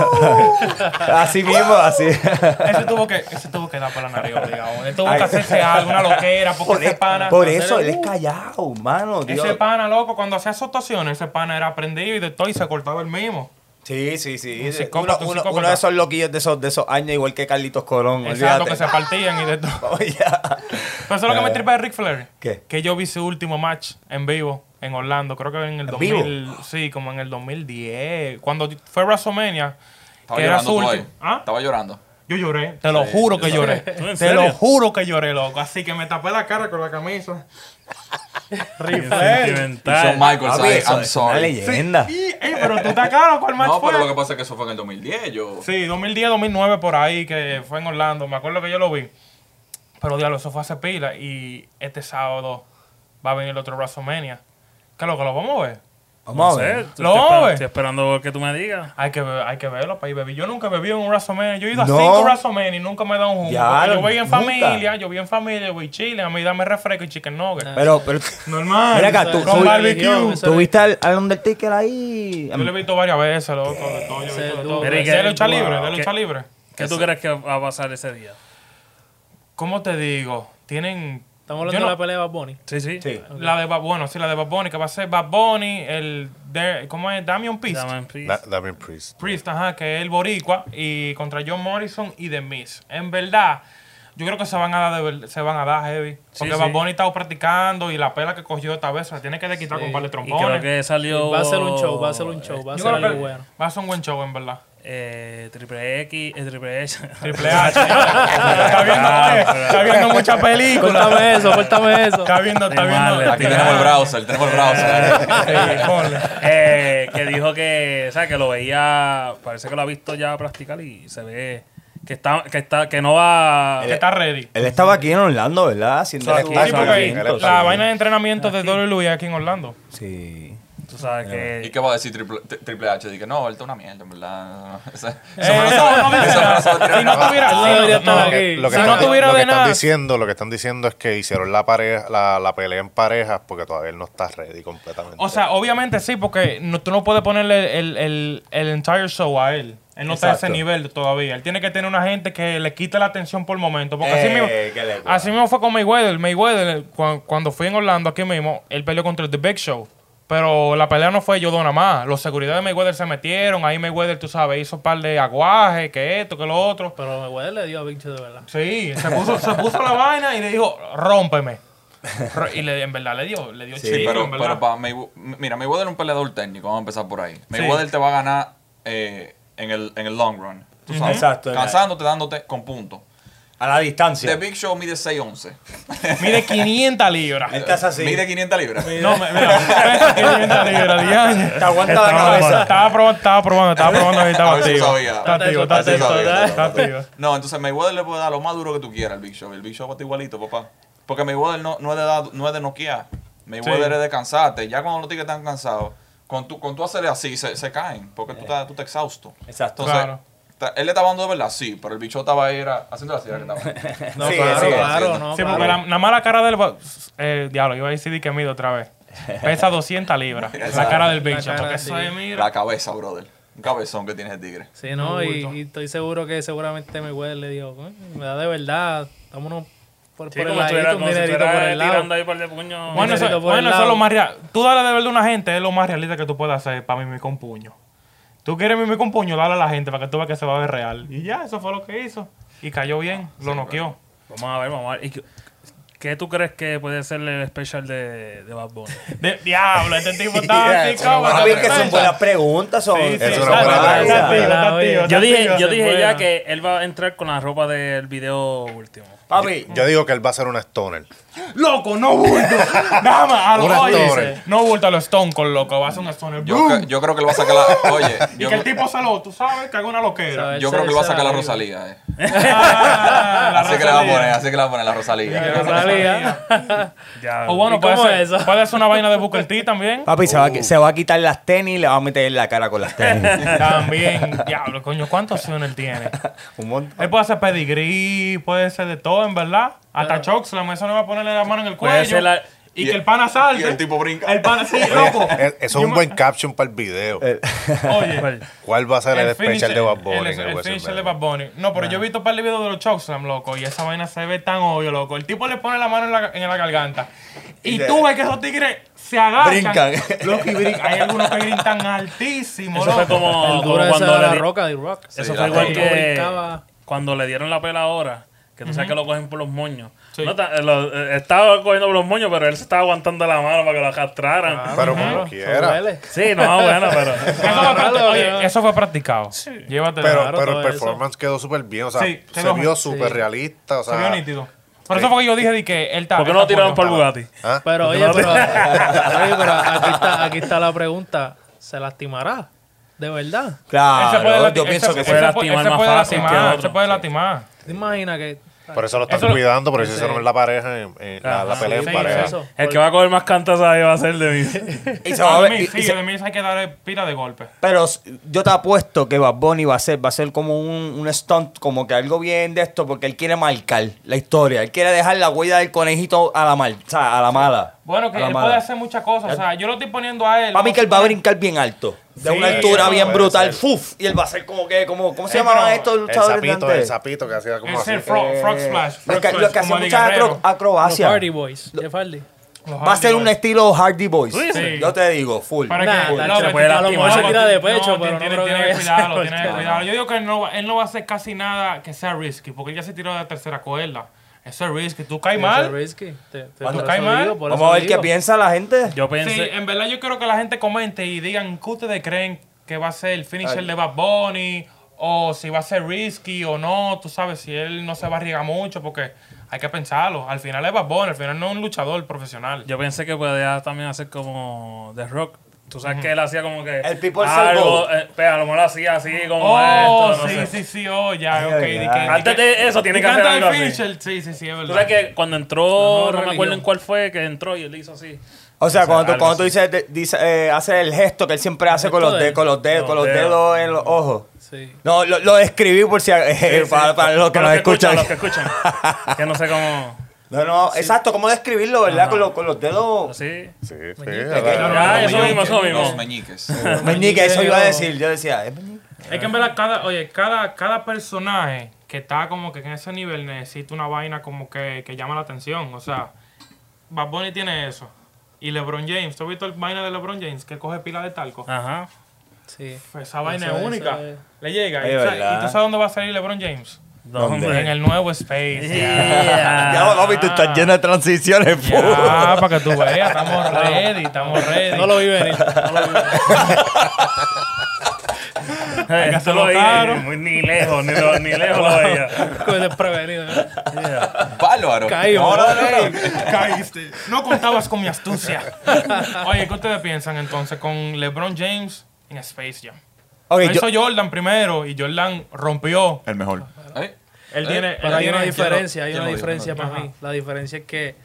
S3: así mismo, así.
S1: Ese tuvo que, ese tuvo que dar para la nariz, obligado. Él tuvo
S3: Ay.
S1: que hacerse algo, una loquera, porque
S3: Por,
S1: ese pana.
S3: por eso, él
S1: Ese
S3: es callado, mano.
S1: Ese
S3: Dios.
S1: pana, loco, cuando hacía asotaciones, ese pana era aprendido y de todo y se cortaba el mismo.
S3: Sí, sí, sí.
S1: Un
S3: uno,
S1: psicópata, un
S3: uno-
S1: psicópata.
S3: uno de esos loquillos de esos, de esos años, igual que Carlitos Colón.
S1: Exacto,
S3: olvídate. Oh,
S1: que se partían y de todo.
S3: Oye,
S1: Pero eso es lo que me tripa de Ric Flair.
S3: ¿Qué?
S1: Que yo vi su último match en vivo en Orlando. Creo que en el
S3: ¿En vivo?
S1: 2000. Sí, como en el 2010. Cuando fue WrestleMania.
S6: Estaba
S1: que era
S6: llorando
S1: su
S6: tú
S1: último.
S6: ahí.
S1: ¿Ah?
S6: Estaba llorando.
S1: Yo lloré. Te lo juro que lloré.
S4: ¿En
S1: Te lo
S4: serio?
S1: juro que lloré, loco. Así que me tapé la cara con la camisa.
S4: Bien
S6: Y Shawn
S4: sentimental.
S6: Michaels,
S3: papi,
S6: ahí,
S3: eso
S6: I'm
S3: es una
S6: sorry.
S3: leyenda.
S1: Y, eh, pero tú te claro cuál match
S6: No,
S1: fue.
S6: pero lo que pasa es que eso fue en el 2010. Yo.
S1: Sí, 2010, 2009, por ahí, que fue en Orlando. Me acuerdo que yo lo vi. Pero diablo, eso fue hace pila. Y este sábado va a venir el otro WrestleMania. Que lo que lo vamos a ver.
S4: No
S3: Vamos a
S4: sé,
S3: ver.
S4: estoy
S1: Lo vamos a
S4: esperando-
S1: ver.
S4: estoy esperando que tú me digas.
S1: Hay que, ver- hay que verlo para ir beber. Yo nunca bebí en un WrestleMania. Yo he ido a
S3: No.
S1: cinco WrestleMania y nunca me he dado un jugo.
S3: Ya,
S1: Porque yo voy en
S3: nunca.
S1: familia, yo voy en familia, yo voy chile. A mí dame refresco y chicken nugget.
S3: Pero, pero.
S1: Normal.
S3: Mira acá, tú-
S1: Con
S3: tú-
S1: barbecue.
S2: Eso
S3: ¿Tú
S2: es-
S3: viste al, al Undertaker ahí? Em,
S1: Yo lo he visto varias veces, loco. De todo, yo he
S2: Ese
S1: visto de
S2: es
S1: todo.
S4: duro.
S1: De lucha libre, de
S4: Wow.
S1: lucha libre.
S4: ¿Qué tú crees que va a pasar ese día?
S1: ¿Cómo te digo? Tienen...
S2: Estamos hablando
S1: yo no-
S2: de la pelea de Bad Bunny.
S4: Sí, sí.
S3: Sí.
S1: La de Bad bueno, sí, la de Bad Bunny, que va a ser Bad Bunny, el de, ¿cómo es? Damian Priest.
S4: Dame en peace.
S5: Da- Damien Priest.
S1: Priest, ajá, que es el boricua, y contra John Morrison y The Miz. En verdad, yo creo que se van a dar, de ver- se van a dar heavy. Porque
S4: sí.
S1: Bad Bunny estaba practicando y la pela que cogió esta vez se la tiene que de quitar con un par de
S4: Y creo
S1: trombones.
S4: que salió.
S2: Va a ser un show, va a ser un show, va a
S1: Yo
S2: ser
S1: creo que
S2: algo bueno.
S1: va a ser un buen show, en verdad.
S4: Eh, Triple X, eh, Triple H. Ah,
S1: Triple H. está, viendo, está viendo mucha película.
S2: Córtame eso, córtame eso.
S1: Está viendo, está
S4: Qué
S1: viendo.
S4: mal,
S6: Aquí tenemos el browser, tenemos el browser.
S1: Ah. Sí, ponle.
S4: Eh, que dijo que, o sea, que lo veía, parece que lo ha visto ya practicar y se ve que está, que está, que no va.
S1: Que está ready.
S3: Él estaba aquí en Orlando, ¿verdad? Haciendo
S4: Sí,
S3: el
S1: Sí,
S3: espacio
S1: porque
S3: aquí.
S5: Exacto.
S1: la vaina de entrenamiento de WWE aquí en Orlando.
S3: Sí.
S4: Tú sabes
S6: ¿Y
S4: que.
S6: qué va a decir Triple, T- Triple H? Dije, no, él está una mierda, en verdad. Eso
S1: Eh, no, no dice nada. Si no tuviera,
S2: Él
S1: si no-
S2: debería estar
S1: no,
S2: aquí.
S1: que-
S5: Lo que,
S1: si
S5: están,
S1: no tuviera
S5: lo que
S1: de
S5: están
S1: nada.
S5: diciendo, lo que están diciendo es que hicieron la pareja, la, la pelea en parejas porque todavía él no está ready completamente.
S1: O sea, obviamente sí, porque no- tú no puedes ponerle el, el, el entire show a él. Él no está a ese
S3: Exacto.
S1: nivel todavía. Él tiene que tener una gente que le quite la atención por el momento. Porque así
S3: Eh,
S1: mismo,
S3: qué locura.
S1: así mismo fue con Mayweather. Mayweather, cu- cuando, fui en Orlando aquí mismo, él peleó contra el The Big Show. Pero la pelea no fue yo nada más. Los seguridad de Mayweather se metieron. Ahí Mayweather, tú sabes, hizo un par de aguajes, que esto, que lo otro.
S2: Pero me huele, le dio a bicho de verdad.
S1: Sí, se puso, se puso la vaina y le dijo, rómpeme. Ro- Y le- en verdad le dio, le dio
S6: Sí,
S1: chillo,
S6: pero,
S1: en verdad.
S6: pero para Maywe- mira, Mayweather es un peleador técnico, vamos a empezar por ahí. Mayweather te va a ganar eh, en, el, en el long run. Tú sabes,
S3: Exacto.
S6: cansándote, dándote con puntos.
S3: A la
S6: The
S3: distancia.
S6: Big Show mide 6'11.
S1: Mide 500 libras.
S3: Estás así.
S6: Mide 500 libras.
S1: No, me, mira, pesa 500 libras, diaño.
S3: Te aguanta la cabeza.
S1: Estaba probando, estaba probando, estaba probando ahorita
S6: A
S1: estaba
S6: ver si
S1: activo.
S6: sabía.
S1: Está activo, está
S2: A ver si
S1: activo,
S6: sabía.
S1: está activo.
S6: No, entonces Mayweather le puede dar lo más duro que tú quieras al Big Show. El Big Show va a estar igualito, papá. Porque Mayweather no, no, es, de dar- no es de noquear. Mayweather
S1: Sí.
S6: es de cansarte. Ya cuando los tigres están cansados, con tú, con tú hacerle así, se, se caen. Porque
S2: Eh.
S6: tú, estás- tú estás exhausto.
S3: Exacto.
S6: Entonces,
S1: Claro.
S6: ta- él le estaba dando de verdad, sí, pero el bicho estaba ahí era, haciendo la sierra que estaba.
S2: No,
S3: Sí,
S2: claro, claro,
S3: sí,
S6: sí.
S2: no.
S1: Sí,
S2: claro.
S1: porque la, nada más la cara del... bo- Eh, diablo, iba a decir que mido otra vez. Pesa 200 libras. La cara del bicho.
S2: cara,
S1: Porque eso
S2: sí.
S1: es, mira...
S6: la cabeza, brother. Un cabezón que tiene el tigre.
S2: Sí, no, y, y estoy seguro que seguramente me huele, le digo, "Coño, me da de verdad, vámonos por,
S4: Sí,
S2: por el
S4: como
S2: ladito,
S4: estuviera,
S2: un
S4: como si
S2: dinerito por
S4: estuviera
S2: el lado.
S4: tirando ahí un par de puños.
S1: Bueno, eso,
S2: Necesito por
S1: bueno,
S2: el
S1: eso es
S2: lado.
S1: lo más real. Tú dale de verdad a una gente, es lo más realista que tú puedes hacer para mí con puño. Tú quieres mimir con puño, dale a la gente para que tú veas que se va a ver real. Y ya, eso fue lo que hizo. Y cayó bien, lo noqueó.
S4: Vamos a ver, vamos a ver. Y que- ¿Qué tú crees que puede ser el especial de, de Bad Bunny?
S1: De- diablo, este tipo está
S3: Yeah,
S1: así
S3: eso
S1: como.
S3: no, papi, es que son
S1: sorpresa.
S3: buenas preguntas. Son,
S1: Sí, sí,
S5: Es
S1: está-
S5: una buena
S1: está
S5: pregunta.
S1: activo, está activo, está
S4: Yo dije,
S1: activo,
S4: yo
S1: se
S4: dije
S1: puede.
S4: ya que él va a entrar con la ropa del video último.
S3: Papi,
S5: Yo digo que él va a ser un stoner.
S1: Loco, no bulto. Nada más, a
S5: Una
S1: lo oye,
S5: torre.
S1: dice, No bulto a los Stone Cold, loco. Va a ser un Stone
S6: Yo,
S1: Boom.
S6: cre- yo creo que lo va a sacar la. Oye,
S1: Y
S6: yo,
S1: que el tipo se lo, tú sabes, que haga una loquera.
S2: ¿Sabes?
S6: yo
S2: Ese-
S6: creo que lo va a
S2: ese
S6: sacar la
S2: era
S6: Rosalía. eh.
S1: Ah, la
S6: Así que la va a
S1: Rosalía.
S6: poner, así que la va a poner la Rosalía.
S2: Pero salía.
S4: Ya.
S1: O bueno,
S2: ¿Y
S1: puede
S2: cómo
S1: ser,
S2: es eso?
S1: puede ser una vaina de Booker T también.
S3: papi se, va a, qui- se va a quitar las tenis y le va a meter en la cara con las tenis.
S1: También, diablo, coño,
S4: pues,
S1: ¿cuántos opciones él tiene?
S3: Un montón.
S1: Él puede hacer pedigrí, puede ser de todo, en verdad. Hasta Choxlam, eso no va a ponerle la mano en el
S4: Puede
S1: cuello.
S4: ser la-
S1: Y,
S6: y-
S1: que el pana salte.
S6: y el tipo brinca.
S1: El pana, sí, loco.
S5: Eh, Eso es un buen caption para el video.
S1: Oye.
S5: ¿Cuál va a ser el,
S1: finisher-
S5: especial de Bad Bunny?
S1: El,
S5: en el
S1: el
S5: Western
S1: finisher de
S5: Belly?
S1: Bad Bunny. No, pero yo he visto un par de videos de los Chokeslam, loco. Y esa vaina se ve tan obvio, loco. El tipo le pone la mano en la, en la garganta. Y,
S3: Y se-
S1: tú ves que esos tigres se agarran.
S3: Brincan.
S1: Loco, y brincan. Hay algunos que gritan altísimo,
S4: Eso fue
S1: loco.
S4: como,
S2: El
S4: como
S2: duro ese
S4: cuando
S2: de
S4: le
S2: la
S4: di-
S2: roca de rock.
S4: Eso
S6: Sí,
S4: fue
S6: la
S4: igual
S2: roca.
S4: que
S2: Brincaba.
S4: cuando le dieron la pela ahora, que tú sabes que lo cogen por los moños. No, ta- lo- eh, estaba cogiendo por los moños, pero él se estaba aguantando la mano para que lo castraran.
S2: Ah.
S5: Ah, Pero como
S2: Eso
S5: quiera.
S2: duele.
S4: Sí, no, bueno, pero.
S1: Eso fue, practi-
S2: Claro,
S1: oye,
S4: eh.
S2: claro.
S1: eso fue practicado. Llévate
S5: Pero,
S2: Claro,
S5: pero el
S2: todo eso.
S5: performance quedó súper bien. O sea,
S1: Sí, te
S5: se
S1: lo-
S5: vio
S1: sí.
S5: súper realista. O
S1: Se vio
S5: sea,
S1: nítido. Por eso fue que yo dije de que él está.
S4: ¿Por qué
S1: él
S4: no lo
S1: está
S4: tiraron
S1: apoyado.
S4: para el Bugatti?
S5: ¿ah?
S2: Pero oye,
S4: no te-
S2: pero, oye, pero aquí, está, aquí está la pregunta. ¿Se lastimará? ¿De verdad?
S1: Él se puede
S3: Claro,
S1: lati-
S3: Ah, yo
S1: él
S3: pienso
S1: se-
S3: que
S1: él
S3: sí.
S1: se
S4: puede
S1: pu- él
S4: lastimar
S1: se
S4: más
S1: puede
S4: fácil que
S1: lastimar,
S4: otro.
S1: Se puede lastimar.
S2: ¿Te imaginas que...?
S5: Por eso lo están
S1: Eso lo-
S5: cuidando, por eso hicieron la pareja, en, en la, la
S4: Ajá,
S5: pelea
S2: sí,
S5: en pareja.
S2: eso.
S4: El que va a coger más cantas ahí va a ser de mí.
S3: Y se va
S1: A
S3: a ver-
S1: mí,
S3: y-
S1: sí,
S3: y se-
S1: de mí hay que darle pila de golpes.
S3: Pero s- yo te apuesto que Bad Bunny va a ser, va a ser como un, un stunt, como que algo bien de esto, porque él quiere marcar la historia. Él quiere dejar la huella del conejito a la mal, o sea, a la mala.
S1: Bueno, que
S3: A la
S1: él
S3: mala.
S1: puede hacer muchas cosas. O sea, yo lo estoy poniendo a él.
S3: Para mí
S1: ¿no?
S3: que él va a brincar bien alto. De
S1: Sí,
S3: una altura
S1: eso
S3: bien
S5: puede
S3: brutal.
S5: ser.
S3: ¡Fuf! Y él va a ser como que, como, ¿cómo se
S1: Eh,
S3: llamaban
S1: pero
S3: estos
S5: El
S3: luchadores de
S5: sapito, el
S3: antes?
S5: sapito que hacía como
S1: Es
S5: así.
S1: el frog, frog splash.
S3: Los
S1: Frog
S3: que,
S1: splash,
S3: los que
S1: como
S3: hacían
S1: de
S3: muchas
S1: guerrero.
S3: acro-
S2: Los
S3: acrobacias.
S2: Party Boys. ¿Qué Fardy?
S1: Los
S3: ah, Va a ser un
S1: Hardy Boys.
S3: estilo Hardy Boys.
S1: Sí.
S3: Yo te digo, full.
S1: Para
S2: Nah,
S1: que
S2: nah,
S1: no,
S4: se
S1: pero
S4: puede
S1: tiene-
S4: lastimar.
S1: no,
S4: A lo mejor se
S2: tira de
S1: tiene-
S2: pecho,
S1: no,
S2: pero no
S1: tiene,
S2: creo que
S1: tiene
S2: vaya a
S1: cuidado,
S2: ser
S1: tiene
S2: cortado.
S1: cuidado. Yo digo que él no, va- él no va a hacer casi nada que sea risky, porque él ya se tiró de la tercera cuerda. Eso es risky. Tú caes mal.
S2: Risky. Te- te-
S1: Cuando
S2: por
S1: cae
S2: eso
S1: mal,
S2: digo, por
S3: Vamos
S2: eso
S3: a ver qué
S2: digo.
S3: piensa la gente.
S4: Yo
S1: Sí,
S4: pensé.
S1: en verdad yo quiero que la gente comente y digan qué ustedes creen que va a ser el finisher de Bad Bunny o si va a ser risky o no. Tú sabes, si él no se va a arriesgar mucho porque hay que pensarlo. Al final es Bad Bunny, al final no es un luchador profesional.
S4: Yo pensé que podía también hacer como The Rock. Tú sabes que él hacía como que.
S3: El People's Elbow.
S4: algo, eh, pero a lo mejor lo hacía así como
S1: Oh,
S4: esto. no
S1: sí,
S4: sé.
S1: sí, sí, oh, ya, ok.
S3: ay,
S1: di que-
S3: ay.
S1: di que-
S4: Antes de eso, tiene
S1: di
S4: que hacer
S1: antes
S4: algo
S1: del
S4: así.
S1: finisher, Sí, sí, sí, es
S4: Tú
S1: verdad.
S4: sabes que cuando entró,
S2: Mejor
S4: no me acuerdo en
S2: religión.
S4: cuál fue, que entró y él hizo así.
S3: O sea, cuando,
S4: algo
S3: tú- cuando tú
S4: así.
S3: dices, de- dice, eh, hace el gesto que él siempre hace con
S2: gesto
S3: los,
S2: de-
S3: dedos, con los dedos, con los
S4: los
S3: dedos en los ojos.
S2: Sí.
S3: No, lo, lo describí por si para, para los que nos escuchan.
S4: Los que escuchan. que no sé cómo.
S3: No, no, exacto, cómo describirlo, ¿verdad? Con, los- con los dedos.
S4: Así.
S5: Sí, sí.
S4: Ah,
S5: era-
S4: eso mismo, eso
S6: Los
S4: mismo.
S6: meñiques. Uh,
S3: Meñique, eso iba a decir. Yo decía, ¿es meñique?
S1: Es que en verdad, cada, oye, cada, cada personaje que está como que en ese nivel necesita una vaina como que, que llama la atención. O sea, Bad Bunny tiene eso. Y LeBron James, ¿tú has visto el vaina de LeBron James que coge pila de talco?
S4: Ajá.
S2: Sí.
S1: Esa vaina
S2: Eso-
S1: es
S2: eso
S1: única.
S2: es.
S1: Le llega.
S3: Es
S1: y, tú sabes-
S3: verdad.
S1: ¿Y tú sabes dónde va a salir LeBron James?
S4: ¿Dónde?
S1: En el nuevo Space.
S4: Yeah.
S3: Ya, papi, tú estás lleno de transiciones, fu.
S1: Ya, para que tú veas, estamos ready, estamos ready.
S2: No lo vi venir.
S4: Eh, Esto lo
S1: Claro.
S4: veía ni- ni lejos, ni, lo- ni lejos lo veía.
S2: Con desprevenido. ¿eh?
S6: Bárbaro.
S2: Caído.
S3: No, no, no, no.
S1: Caíste. No contabas con mi astucia. Oye, ¿qué ustedes piensan entonces con LeBron James en Space Jam?
S3: Ok,
S1: Lo
S3: Pues yo-
S1: hizo Jordan primero y Jordan rompió.
S6: El mejor. ¿Eh?
S1: Él
S6: Eh,
S1: tiene. él
S2: Pero hay
S1: tiene-
S2: una diferencia, hay
S6: yo
S2: una
S6: no digo,
S1: no
S2: diferencia
S1: digo.
S2: para mí. La diferencia es que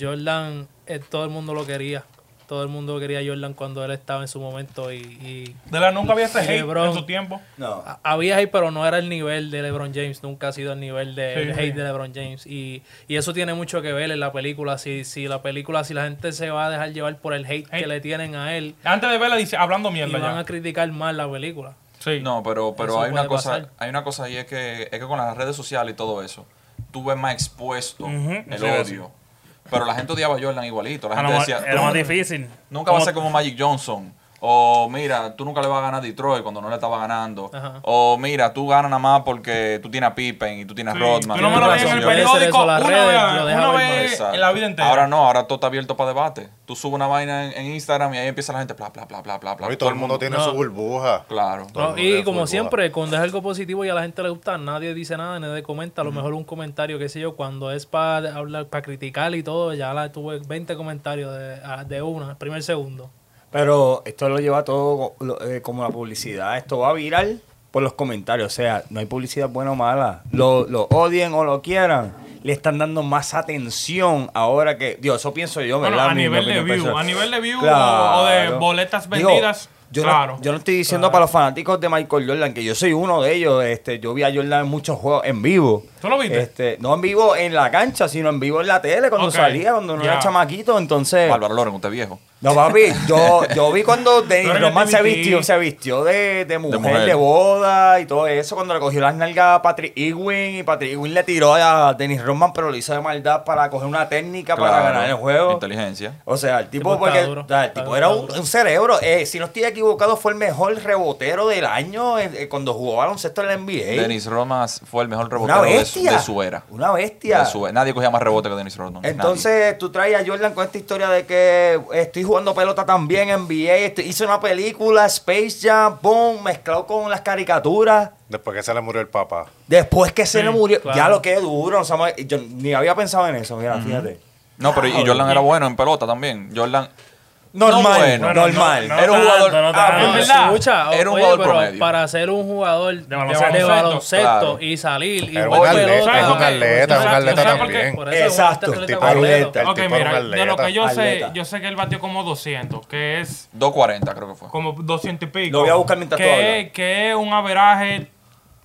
S2: Jordan, eh, todo el mundo lo quería. Todo el mundo quería a Jordan cuando él estaba en su momento y, y
S1: De la nunca había ese hate
S2: LeBron.
S1: en su tiempo.
S3: No.
S2: a- había hate, pero no era el nivel de LeBron James. Nunca ha sido el nivel de
S1: Sí,
S2: el
S1: sí.
S2: hate de LeBron James. Y, y eso tiene mucho que ver en la película. Si, si la película, si la gente se va a dejar llevar por el hate,
S1: Hate.
S2: que le tienen a él,
S1: Antes de verla, dice, hablando
S2: y
S1: mierda
S2: van
S1: ya.
S2: a criticar más la película.
S1: Sí.
S6: No, pero, pero
S2: Eso
S6: hay una
S2: puede
S6: cosa,
S2: pasar.
S6: hay una cosa y es que es que con las redes sociales y todo eso, tú ves más expuesto el
S4: eso iba a decir.
S6: odio. Pero la gente odiaba a Jordan igualito. La
S4: A lo
S6: gente
S4: mejor
S6: decía,
S4: Era más difícil.
S6: nunca va a ser como Magic Johnson. O mira, tú nunca le vas a ganar a Detroit cuando no le estaba ganando.
S2: Ajá.
S6: O mira, tú ganas nada más porque tú tienes a Pippen y tú tienes a Rodman.
S1: Tú no me lo ves en el
S6: Yo-
S2: Puede ser
S1: periódico
S2: eso, las
S1: una
S2: redes,
S1: vez-
S2: lo deja
S1: una
S2: ver
S1: vez
S2: más.
S6: Exacto.
S1: en la vida entera.
S6: Ahora no, ahora todo está abierto para debate. Tú subes una vaina en, en Instagram y ahí empieza la gente, bla, bla, bla, bla, bla, bla.
S5: Mami, todo el mundo tiene
S2: No.
S5: su burbuja.
S6: Claro.
S5: Todo el
S2: No,
S5: mundo
S2: y
S5: tiene
S2: como
S5: burbuja.
S2: siempre, cuando es algo positivo y a la gente le gusta, nadie dice nada, nadie comenta. A lo mejor un comentario, qué sé yo, cuando es para hablar, para criticar y todo, ya la tuve 20 comentarios de, a- de una, el primer segundo.
S3: Pero esto lo lleva todo lo- eh, como la publicidad. Esto va viral por los comentarios. O sea, no hay publicidad buena o mala. Lo, lo odien o lo quieran. Le están dando más atención ahora que. Dios, eso pienso yo,
S1: Bueno,
S3: ¿verdad?
S1: a
S3: Mi- mi
S1: nivel de
S3: opinión
S1: view,
S3: personal.
S1: a nivel de view o de boletas
S3: Digo,
S1: vendidas,
S3: yo
S1: claro.
S3: No, yo no estoy diciendo para los fanáticos de Michael Jordan, que yo soy uno de ellos. Este, yo vi a Jordan en muchos juegos en vivo.
S1: ¿Tú lo viste?
S3: Este, no en vivo en la cancha, sino en vivo en la tele, cuando
S1: Ok,
S3: salía, cuando no
S1: ya.
S3: era chamaquito. Entonces.
S6: Álvaro Loren, usted viejo.
S3: No, papi, yo, yo vi cuando Dennis
S1: Pero en
S3: Rodman se
S1: LGBT.
S3: vistió, se vistió de, de mujer, de
S6: mujer.
S3: boda y todo eso, cuando le cogió las nalgas a Patrick Ewing y Patrick Ewing le tiró a Dennis Rodman, pero lo hizo de maldad para coger una técnica para
S6: Claro.
S3: ganar el juego.
S6: Inteligencia.
S3: O sea, el tipo,
S2: Tipo,
S3: porque,
S2: está duro.
S3: o sea, el
S2: Está
S3: tipo
S2: duro,
S3: era
S2: está
S3: un,
S2: duro.
S3: un cerebro. Eh, si no estoy equivocado, fue el mejor rebotero del año eh, eh, cuando jugó baloncesto en la NBA.
S6: Dennis Rodman fue el mejor
S3: una
S6: rebotero de su,
S3: bestia.
S6: de su era.
S3: Una bestia.
S6: De su era. Nadie cogía más rebote que Dennis Rodman. Nadie.
S3: Entonces tú traes a Jordan con esta historia de que estoy jugando pelota también en NBA, estoy- hice una película, Space Jam, boom, mezclado con las caricaturas.
S5: Después que se le murió el papá.
S3: Después que se
S2: Sí,
S3: le murió,
S2: claro.
S3: ya lo que es duro, o sea, ma- yo ni había pensado en eso, mira, fíjate.
S6: No, pero y y Jordan era bueno en pelota también. Jordan
S3: Normal,
S6: bueno.
S4: Bueno,
S3: normal.
S4: no-
S6: era un
S4: tanto,
S6: jugador.
S4: Ah, no
S2: Ah,
S4: tanto.
S1: En verdad,
S2: Escucha,
S6: Era un
S2: oye,
S6: jugador
S2: pero
S6: promedio.
S2: para ser un jugador de baloncesto,
S1: baloncesto,
S6: claro.
S2: y salir y
S5: Era un
S2: jugar
S5: atleta,
S2: pelota,
S1: era un atleta,
S2: ¿sabes?
S1: un atleta
S2: ¿sabes por qué?
S5: también.
S2: Por eso es un
S3: Exacto,
S2: atleta
S5: tipo
S2: completo.
S3: atleta.
S5: El
S1: Ok,
S5: tipo
S1: mira,
S5: era un
S1: de lo que yo sé,
S3: atleta.
S1: yo sé que él batió como 200, que es
S6: 2.40 creo que fue.
S1: como 200 y pico.
S3: Lo voy a buscar mientras tú
S1: que,
S3: hablas.
S1: que es un averaje,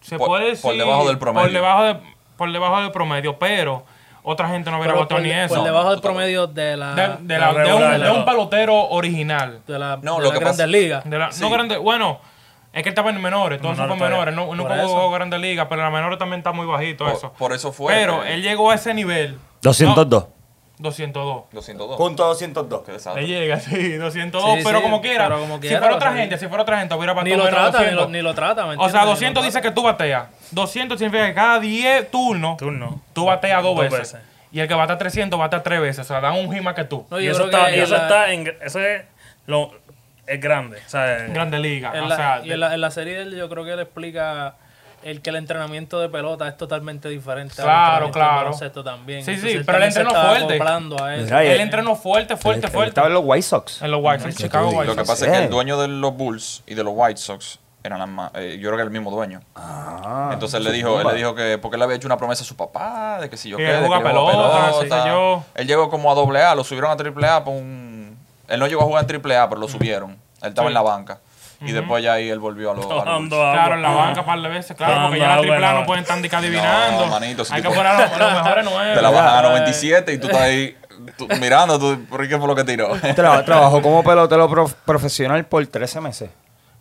S1: se
S6: Por-
S1: puede
S6: por
S1: decir.
S6: debajo del promedio.
S1: Por debajo, de- por debajo del promedio, pero otra gente no hubiera
S2: Pero
S1: votado
S2: por,
S1: ni eso.
S2: por debajo del
S6: Total.
S2: promedio de la
S1: de, de la-
S4: la
S1: de un,
S4: regular,
S1: de un
S4: no.
S1: pelotero original.
S2: de la-
S6: No,
S2: de
S6: lo
S2: la
S6: que pasa-
S2: Grandes Ligas.
S1: De la- No grande, bueno, es que estaba en menores, todos
S4: Menores
S1: fue menores, no,
S2: todavía.
S1: no
S2: Por
S1: jugó
S2: eso.
S1: grandes ligas, pero en la menores también está muy bajito
S6: Por-
S1: eso.
S6: por eso fue
S1: Pero
S6: que-
S1: él llegó a ese nivel.
S3: 202.
S1: No, 202.
S6: 202.
S3: Punto 202.
S6: Qué
S1: Le
S6: desastre.
S1: llega, sí, 202,
S2: Sí,
S1: pero,
S2: sí,
S1: como quiera,
S2: pero como
S1: Si
S2: quiera,
S1: fuera
S2: o
S1: otra
S2: sea,
S1: gente, si fuera otra gente, hubiera
S2: Ni
S1: batido
S2: lo
S1: menos
S2: trata, ni lo,
S1: 200.
S2: ni lo trata, ¿me
S1: O
S2: entiendes?
S1: sea,
S2: Ni lo
S1: 200 dice
S2: trata.
S1: que tú bateas. 200 significa que cada 10 turnos
S4: Turno.
S1: tú bateas dos,
S4: Dos
S1: veces.
S4: veces.
S1: Y el que batea 300 batea tres veces. O sea, dan un hit más que tú.
S2: No,
S4: Y
S2: yo
S4: eso
S2: creo
S4: está,
S2: que
S4: y eso
S2: la-
S4: está en. Eso es. Lo, es grande. O sea, es-
S1: Grande liga.
S2: En
S1: o
S2: la,
S1: sea,
S2: y en la, en la serie de él, yo creo que él explica el que el entrenamiento de pelota es totalmente diferente. al
S1: Claro,
S2: entrenamiento
S1: claro.
S2: de baloncesto también.
S1: Sí, sí,
S2: Entonces, él
S1: pero él
S2: también se
S1: entrenó
S2: está
S1: fuerte.
S2: acoplando a eso.
S3: Mira,
S1: él
S3: eh,
S1: entrenó fuerte, fuerte,
S3: Él
S1: fuerte.
S3: Estaba en los White Sox.
S1: En los White Sox, Chicago
S3: tú
S1: White
S6: Lo
S1: Sox.
S6: que pasa es que el dueño de los Bulls y de los White Sox eran las ma- eh, yo creo que era el mismo dueño.
S1: Ah,
S3: Ah.
S6: Entonces él le dijo, él le dijo que porque él le había hecho una promesa a su papá de que si yo
S1: Que
S6: qué, de
S1: juega
S6: él iba a
S1: pelota, sí, que yo-
S6: Él llegó como a doble A, lo subieron a triple A por un él no llegó a jugar en triple A, pero lo subieron. Él estaba en la banca y después ya ahí él volbió a los a los Bulls.
S4: Tomando agua.
S1: Claro, en la banca un par de veces, claro,
S4: No,
S1: porque
S4: no,
S1: ya la
S4: bueno,
S1: triple A no
S4: no.
S1: pueden estar ni que adivinando.
S6: No, manito, si
S1: Hay que
S6: tú-
S1: poner a los, a los mejores nueve.
S6: Te la bajan a
S1: ¿sabes?
S6: 97 y tú estás ahí tú- mirando, tú, ¿por qué fue lo que tiró?
S3: Tra- trabajó como pelotero prof- profesional por 13 meses.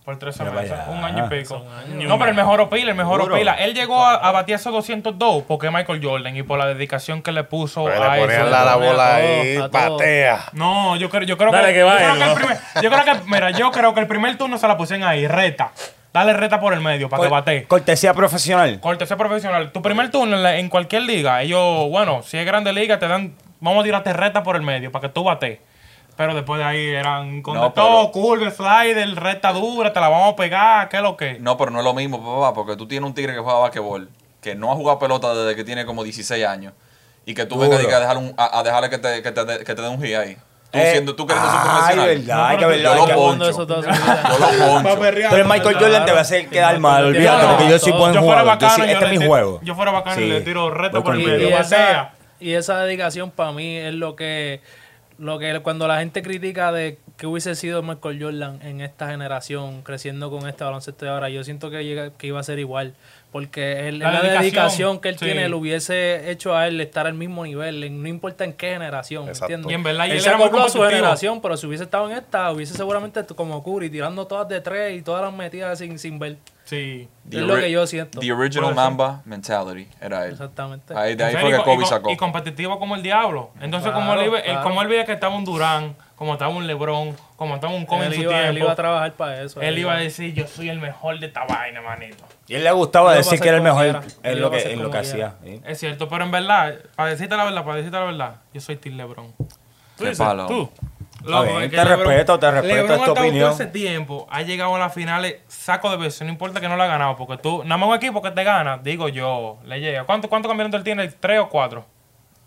S1: Por 13 meses, un año y pico.
S4: años.
S1: No, pero el mejor opila, el mejor
S3: Duro.
S1: opila. Él llegó a, a batir esos 202 porque es Michael Jordan y por la dedicación que le puso
S5: Pues
S1: a
S5: le
S1: eso.
S5: ponían la, la
S2: ponía a
S5: bola
S2: todo,
S5: ahí,
S2: a todo.
S5: patea.
S1: No, yo creo, yo creo
S4: Dale,
S1: que,
S4: que
S1: yo
S4: vaya,
S1: creo que el
S4: ¿no?
S1: primer, yo creo que, mira, yo creo que el primer turno se la pusieron ahí, reta. Dale reta por el medio para que
S3: Cor-
S1: bate.
S3: Cortesía profesional.
S1: Cortesía profesional. Tu primer turno en, la- en cualquier liga, ellos, bueno, si es grande liga, te dan, vamos a tirarte reta por el medio para que tú bates. Pero después de ahí eran con
S6: No,
S1: de todo,
S6: pero-
S1: curva, slider, recta dura, te la vamos a pegar, qué es lo que.
S6: No, pero no es lo mismo, papá, porque tú tienes un tigre que juega basquetbol, que no ha jugado pelota desde que tiene como 16 años, y que tú vengas y que a, dejar un- a, a dejarle que te, que te dé- que te dé un hit ahí. Tú,
S3: Eh,
S6: siendo, tú queriendo ser
S3: ay,
S6: profesional.
S3: verdad, ay, que
S6: yo
S3: verdad,
S6: lo
S3: que-
S6: poncho.
S2: Eso toda su vida.
S6: Yo lo poncho.
S3: Pero el Michael Jordan te va a hacer quedar mal, olvídate,
S1: No,
S3: porque yo soy
S2: yo
S3: buen
S1: fuera
S3: jugador. Yo
S1: bacano,
S3: sí,
S1: yo
S3: este
S1: le
S3: es mi
S1: tiro-
S3: juego.
S1: yo fuera bacano y le tiro reto
S3: voy
S1: por el
S2: Y-
S1: medio.
S2: y,
S1: Pero
S2: esa,
S1: batea.
S2: y esa dedicación para mí es lo que lo que cuando la gente critica de que hubiese sido Michael Jordan en esta generación creciendo con este baloncesto de ahora yo siento que llega- que iba a ser igual porque él-
S1: La
S2: la, dedicación,
S1: dedicación
S2: que él
S1: sí.
S2: tiene lo hubiese hecho a él estar al mismo nivel en- no importa en qué generación
S5: Exacto.
S2: ¿entiendes?
S1: Y en verdad, y
S2: él,
S1: él
S2: se
S1: era muy
S2: acopló a su
S1: competitivo.
S2: generación pero si hubiese estado en esta hubiese seguramente como Curry tirando todas de tres y todas las metidas sin, sin ver
S1: Sí.
S2: Es lo
S6: ori-
S2: que yo siento.
S6: The original Mamba mentality era él.
S2: Exactamente.
S6: Ahí, de ahí
S1: O sea,
S6: fue
S1: y
S6: que
S1: co- y
S6: Kobe
S1: co-
S6: sacó.
S1: Y competitivo como el diablo. Entonces,
S2: Claro,
S1: como, él, iba- él-
S2: claro.
S1: como él veía que estaba un Durán, como estaba un Lebron, como estaba un Kobe en
S2: él,
S1: su
S2: iba,
S1: tiempo,
S2: él iba a trabajar para eso.
S1: él iba a decir, yo soy el mejor de esta vaina, manito.
S3: Y él le gustaba
S2: Iba a
S3: decir
S2: pasar
S3: que era el
S2: como
S3: mejor
S2: quiera.
S3: en
S2: Iba
S3: lo
S2: a
S3: que,
S2: pasar
S3: en lo
S2: como
S3: que
S2: quiera.
S3: hacía. ¿sí?
S1: Es cierto, pero en verdad, para decirte la verdad, para decirte la verdad, yo soy Team Lebron.
S4: ¿Tú
S6: Qué
S4: dices?
S6: palo.
S4: ¿Tú?
S1: Loco,
S3: bien,
S1: es que
S3: te respeto, te respeto,
S1: LeBron
S3: es tu
S1: ha estado
S3: opinión.
S1: todo ese tiempo ha llegado a las finales saco de veces, no importa que no la ha ganado, porque tú, nada más un equipo que te gana, digo yo, le llega. ¿Cuánto, cuánto campeonato él tiene? ¿Tres o cuatro?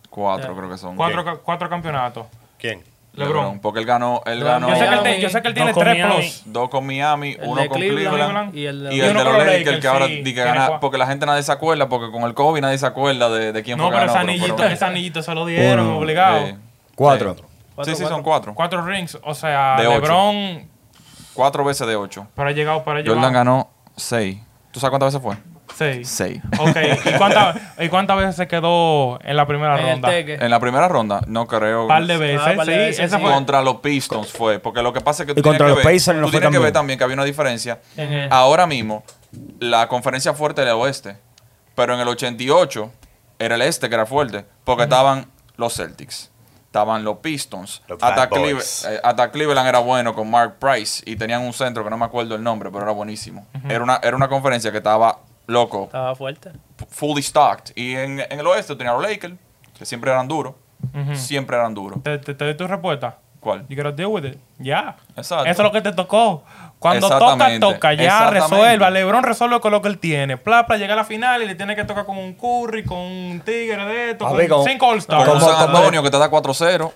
S6: Cuatro, creo que son.
S1: Cuatro, ca- cuatro campeonatos.
S5: ¿Quién?
S1: LeBron.
S6: Porque él ganó. Él
S2: Lebron.
S6: ganó
S1: Yo, sé que él
S2: Miami,
S1: te- yo sé que él
S4: dos
S1: tiene
S4: con
S1: tres
S4: Miami.
S1: plus.
S6: dos con Miami,
S2: El
S6: uno
S2: de
S6: con
S2: Cleveland,
S6: Cleveland,
S2: y el de-
S6: y
S2: y
S6: el
S1: uno
S6: de
S1: con
S6: los
S1: los
S6: Lakers,
S1: Lakers,
S6: que ahora
S1: sí,
S6: di que
S1: tiene
S6: gana-
S1: cua-
S6: porque la gente nadie se acuerda, porque con el COVID nadie se acuerda de, de quién
S1: No,
S6: fue
S1: pero
S6: que
S1: ese
S6: ganó, pero
S1: anillito,
S6: fueron-
S1: ese anillito se lo dieron,
S3: Uno.
S1: obligado.
S6: Sí.
S3: Cuatro.
S6: Sí,
S2: Cuatro,
S6: sí, son
S2: cuatro.
S6: cuatro.
S1: Cuatro rings, o sea,
S6: De ocho.
S1: LeBron,
S6: Cuatro veces de ocho.
S1: pero ha llegado, para ha
S6: Jordan
S1: llegado.
S6: ganó seis. ¿Tú sabes cuántas veces fue?
S1: Seis.
S6: Seis.
S1: Ok, ¿y cuántas y cuántas veces se quedó en la primera
S2: En el
S1: ronda?
S2: teque.
S6: En la primera ronda, no creo.
S1: Un par de veces,
S2: Este Ah, par de
S1: sí,
S2: veces,
S1: esa
S2: sí.
S1: fue-
S6: Contra los Pistons fue. Porque lo que pasa es que tú
S3: Y contra
S6: tienes
S3: los
S6: que ver,
S3: Pacers no fue
S6: tú tienes que
S3: también.
S6: ver también que había una diferencia.
S2: En
S1: Eh.
S2: el-
S6: Ahora mismo, la conferencia fuerte era el oeste. Pero en el 88 era el este que era fuerte. Porque estaban los Celtics. Estaban los Pistons.
S5: Los
S6: hasta,
S5: Bad Boys.
S6: Cleve- eh, hasta Cleveland era bueno con Mark Price. Y tenían un centro que no me acuerdo el nombre, pero era buenísimo. era, una, era una conferencia que estaba loco
S2: Estaba fuerte.
S6: fully stocked. Y en, en el oeste tenía los Lakers, que siempre eran duros.
S1: Ujú.
S6: Siempre eran duros.
S1: ¿Te, te, te doy tu respuesta?
S6: ¿Cuál?
S1: You gotta deal with it. Ya.
S6: Exacto.
S1: Eso es lo que te tocó. Cuando toca,
S6: Exactamente.
S1: toca. Ya
S6: Exactamente.
S1: resuelva. LeBron resuelve con lo que él tiene. Pla, pla, llega a la final y le tiene que tocar con un Curry, con un Tigre de esto,
S3: Papi,
S1: con
S3: con-
S1: cinco All-Stars.
S6: Con
S3: ¿Cómo-
S6: un San
S3: cómo-
S6: Antonio que te da 4-0.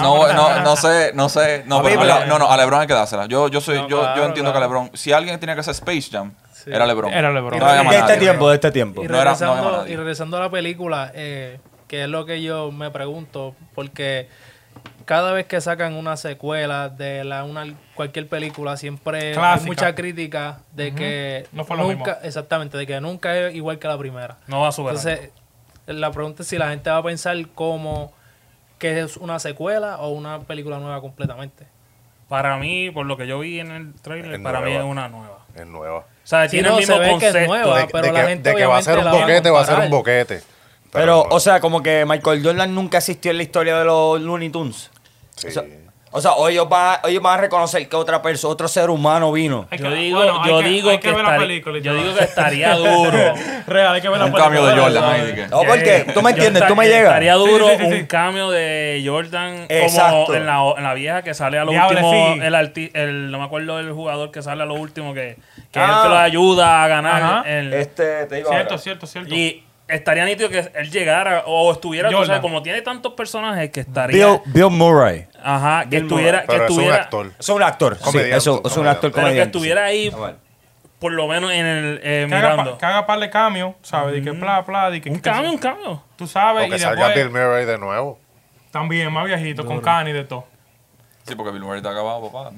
S6: No,
S1: pero-
S6: no, no sé, no sé. No,
S3: Papi,
S6: pero a
S3: pero-
S6: Le- no, no, a LeBron hay que dársela. Yo, yo, soy,
S2: No,
S6: yo,
S2: claro,
S6: yo entiendo
S2: claro.
S6: que LeBron, si alguien tenía que hacer Space Jam,
S2: Sí.
S6: era LeBron.
S1: Era LeBron.
S6: No había más
S3: De este
S6: nadie.
S3: tiempo, de este tiempo.
S2: Y
S6: No era- no
S2: regresando,
S6: había nadie.
S2: y regresando a la película, eh, que es lo que yo me pregunto, porque cada vez que sacan una secuela de la una cualquier película siempre
S1: Clásica.
S2: hay mucha crítica de que
S1: No fue lo
S2: nunca
S1: mismo.
S2: exactamente de que nunca es igual que la primera.
S4: No va a superar.
S2: Entonces, la pregunta es si la gente va a pensar como que es una secuela o una película nueva completamente.
S4: Para mí, por lo que yo vi en el trailer,
S5: Es
S4: para mí es
S5: nueva.
S4: una nueva. O
S5: Es nueva.
S4: sea,
S2: Sí,
S4: tiene
S2: no,
S4: el
S2: se
S4: mismo
S2: ve que es
S4: concepto.
S2: nueva.
S5: de,
S2: Ah, pero
S5: de
S2: la
S5: que,
S2: gente
S5: de que va a ser un
S2: obviamente la va a
S5: boquete, va a ser un
S2: comparar.
S5: boquete.
S3: Pero,
S5: no,
S3: o sea, como que Michael Jordan nunca asistió en la historia de los Looney Tunes.
S5: sí.
S3: O sea, o sea, o ellos, van, ellos van a reconocer que otra persona, otro ser humano vino.
S1: Hay que-
S4: Yo digo,
S1: bueno, hay
S4: yo
S1: que-
S4: digo
S1: hay
S4: que,
S1: que ver la
S4: estari-
S1: película y
S4: yo
S1: todo.
S4: digo que estaría duro.
S1: Real, hay que ver la
S6: Un cambio de
S1: película.
S6: Jordan ahí. de que-
S3: No, porque tú me
S4: Yo
S3: entiendes, tú me
S4: estaría- Estaría
S3: llegas.
S4: duro
S1: Sí, sí, sí, sí.
S4: un cambio de Jordan
S3: Exacto.
S4: como en la, en la vieja que sale a lo
S1: Diablo,
S4: último.
S1: sí.
S4: El, arti- el- no me acuerdo del jugador que sale a lo último que, que
S3: Ah.
S4: es el que lo ayuda a ganar.
S1: Ajá.
S4: El,
S3: Este, te digo
S1: Cierto,
S3: ahora.
S1: cierto, cierto.
S4: y estaría nítido que él llegara o estuviera, o
S1: Jordan.
S4: sea, como tiene tantos personajes que estaría.
S3: Bill, Bill Murray.
S4: ajá, que
S3: Bill Murray.
S4: estuviera. que
S5: Pero es un
S4: estuviera
S5: actor.
S3: Es un actor. Sí,
S5: Comediante,
S3: eso, es un
S5: comediante.
S3: actor
S4: Pero que
S3: comediante.
S4: estuviera ahí,
S3: Ah, vale.
S4: por lo menos en el. eh,
S1: que, haga, pa-
S4: mirando. Mm.
S1: que haga par de cambios, ¿sabes? De que pla, pla, de que,
S4: Un
S1: que-
S4: cambio, un cambio.
S1: tú sabes,
S5: O
S1: y
S5: que
S1: después
S5: salga
S3: pues,
S5: Bill Murray de nuevo.
S1: también más viejito, con Kanye y de todo.
S6: Sí, porque Bill Murray está acabado, papá.